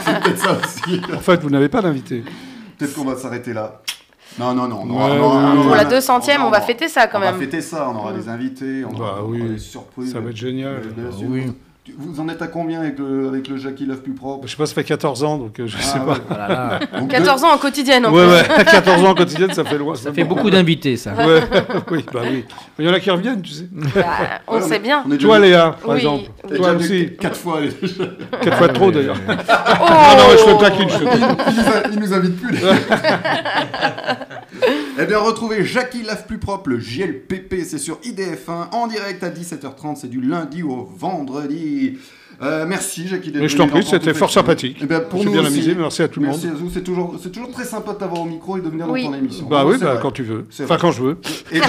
Speaker 2: C'est peut-être ça aussi.
Speaker 5: En fait, vous n'avez pas d'invité.
Speaker 2: Peut-être qu'on va s'arrêter là. Non, non, non. non,
Speaker 5: Ouais,
Speaker 2: non,
Speaker 5: ouais,
Speaker 2: non,
Speaker 5: ouais.
Speaker 2: non,
Speaker 4: Ah, Pour la
Speaker 2: non.
Speaker 4: 200ème, on va fêter ça quand
Speaker 2: Ah, On va
Speaker 4: même.
Speaker 2: fêter ça, on aura des invités,
Speaker 5: Bah
Speaker 2: on aura, on aura des surprises. Ça va être
Speaker 5: génial. Bah
Speaker 2: oui. Vous en êtes à combien avec le, avec le Jackie Love plus propre
Speaker 5: Je sais pas, ça fait 14 ans, donc
Speaker 2: Ah
Speaker 5: euh, je sais pas.
Speaker 2: Donc,
Speaker 4: 14 ans en quotidienne en
Speaker 5: Ouais,
Speaker 4: plus.
Speaker 5: ouais, 14 ans en quotidienne, ça fait loin.
Speaker 6: Ça fait beaucoup d'invités, ça.
Speaker 5: Ouais, oui, bah oui. Il y en a qui reviennent, tu sais.
Speaker 4: Bah, on sait bien. On est
Speaker 5: Toi,
Speaker 4: déjà-
Speaker 5: Léa, par
Speaker 4: Oui,
Speaker 5: exemple.
Speaker 4: oui.
Speaker 5: Toi
Speaker 4: Déjà
Speaker 5: aussi.
Speaker 2: Quatre fois.
Speaker 5: Quatre fois trop, d'ailleurs. non,
Speaker 4: Oh
Speaker 5: non, je fais pas qu'une, je fais
Speaker 2: Il, nous
Speaker 5: qu'une.
Speaker 2: a- il nous invite plus. Eh bien, retrouvez Jackie Lave Plus Propre, le JLPP, c'est sur IDF1, en direct à 17h30, c'est du lundi au vendredi. Euh, merci Jackie d'être
Speaker 5: Mais je
Speaker 2: venu
Speaker 5: t'en prie,
Speaker 2: dans Pantoufles
Speaker 5: c'était fort
Speaker 2: Express.
Speaker 5: sympathique.
Speaker 2: Eh bien, pour
Speaker 5: J'ai
Speaker 2: nous
Speaker 5: bien
Speaker 2: aussi.
Speaker 5: amusé, merci à tout le
Speaker 2: Merci
Speaker 5: monde.
Speaker 2: à vous, c'est toujours, c'est toujours très sympa de t'avoir au micro et de venir
Speaker 4: Oui.
Speaker 2: dans ton émission.
Speaker 5: Bah
Speaker 2: Non,
Speaker 5: oui,
Speaker 2: c'est
Speaker 5: bah,
Speaker 2: vrai.
Speaker 5: quand tu veux.
Speaker 2: C'est
Speaker 5: Enfin,
Speaker 2: vrai.
Speaker 5: quand je veux.
Speaker 2: Et je,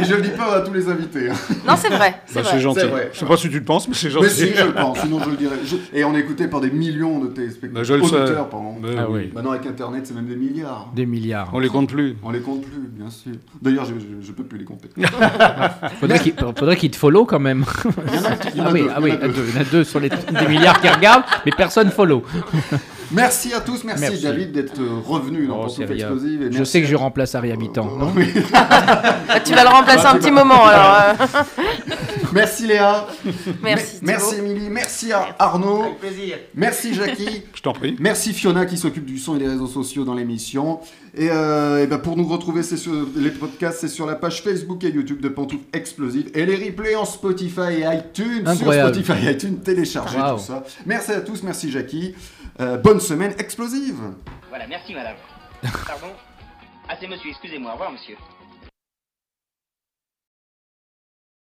Speaker 2: et je le dis pas à tous les invités.
Speaker 4: Non, c'est vrai, c'est
Speaker 5: Bah,
Speaker 4: vrai.
Speaker 5: c'est gentil.
Speaker 2: C'est vrai.
Speaker 5: Je sais pas si tu le penses, mais c'est gentil.
Speaker 2: Mais si, je le pense, sinon je le dirais. Je- Et on est écouté par des millions de
Speaker 5: Bah,
Speaker 2: téléspectateurs.
Speaker 5: je le sais.
Speaker 2: Auditeurs, pardon.
Speaker 5: Bah, Ah oui. oui.
Speaker 2: Maintenant, avec Internet, c'est même des milliards.
Speaker 6: Des milliards.
Speaker 5: On les compte plus.
Speaker 2: On les compte plus. bien sûr. D'ailleurs, je, je, je peux plus les compter.
Speaker 6: Faudrait qu'il faudrait qu'il te follow quand même.
Speaker 2: Il y en a- il y en a
Speaker 6: ah Ah oui,
Speaker 2: deux,
Speaker 6: ah oui, il y en a deux. Il y en a deux sur les des milliards qui regardent, mais personne follow.
Speaker 2: Merci à tous, merci,
Speaker 6: Merci.
Speaker 2: David d'être euh, revenu dans
Speaker 6: Oh, c'est
Speaker 2: Pantoufles
Speaker 6: rien.
Speaker 2: Explosives. et
Speaker 6: Je
Speaker 2: merci
Speaker 6: sais que je remplace Harry Habitant. Euh, non
Speaker 4: Ah, tu vas le remplacer
Speaker 2: Bah,
Speaker 4: un
Speaker 2: tu
Speaker 4: petit
Speaker 2: vas-
Speaker 4: moment alors. euh.
Speaker 2: Merci Léa.
Speaker 4: Merci,
Speaker 2: Me- Merci Émilie. Merci à Arnaud.
Speaker 3: plaisir.
Speaker 2: Merci Jackie.
Speaker 5: Je t'en prie.
Speaker 2: Merci Fiona qui s'occupe du son et des réseaux sociaux dans l'émission. Et, euh, et ben pour nous retrouver, c'est sur les podcasts, c'est sur la page Facebook et YouTube de Pantoufles Explosives et les replays en Spotify et iTunes.
Speaker 6: Incroyable.
Speaker 2: Sur Spotify et iTunes, téléchargez
Speaker 6: Wow.
Speaker 2: tout ça. Merci à tous, merci Jackie. Euh, bonne semaine explosive.
Speaker 16: Voilà, merci madame. Pardon Ah c'est monsieur, excusez-moi, au revoir monsieur.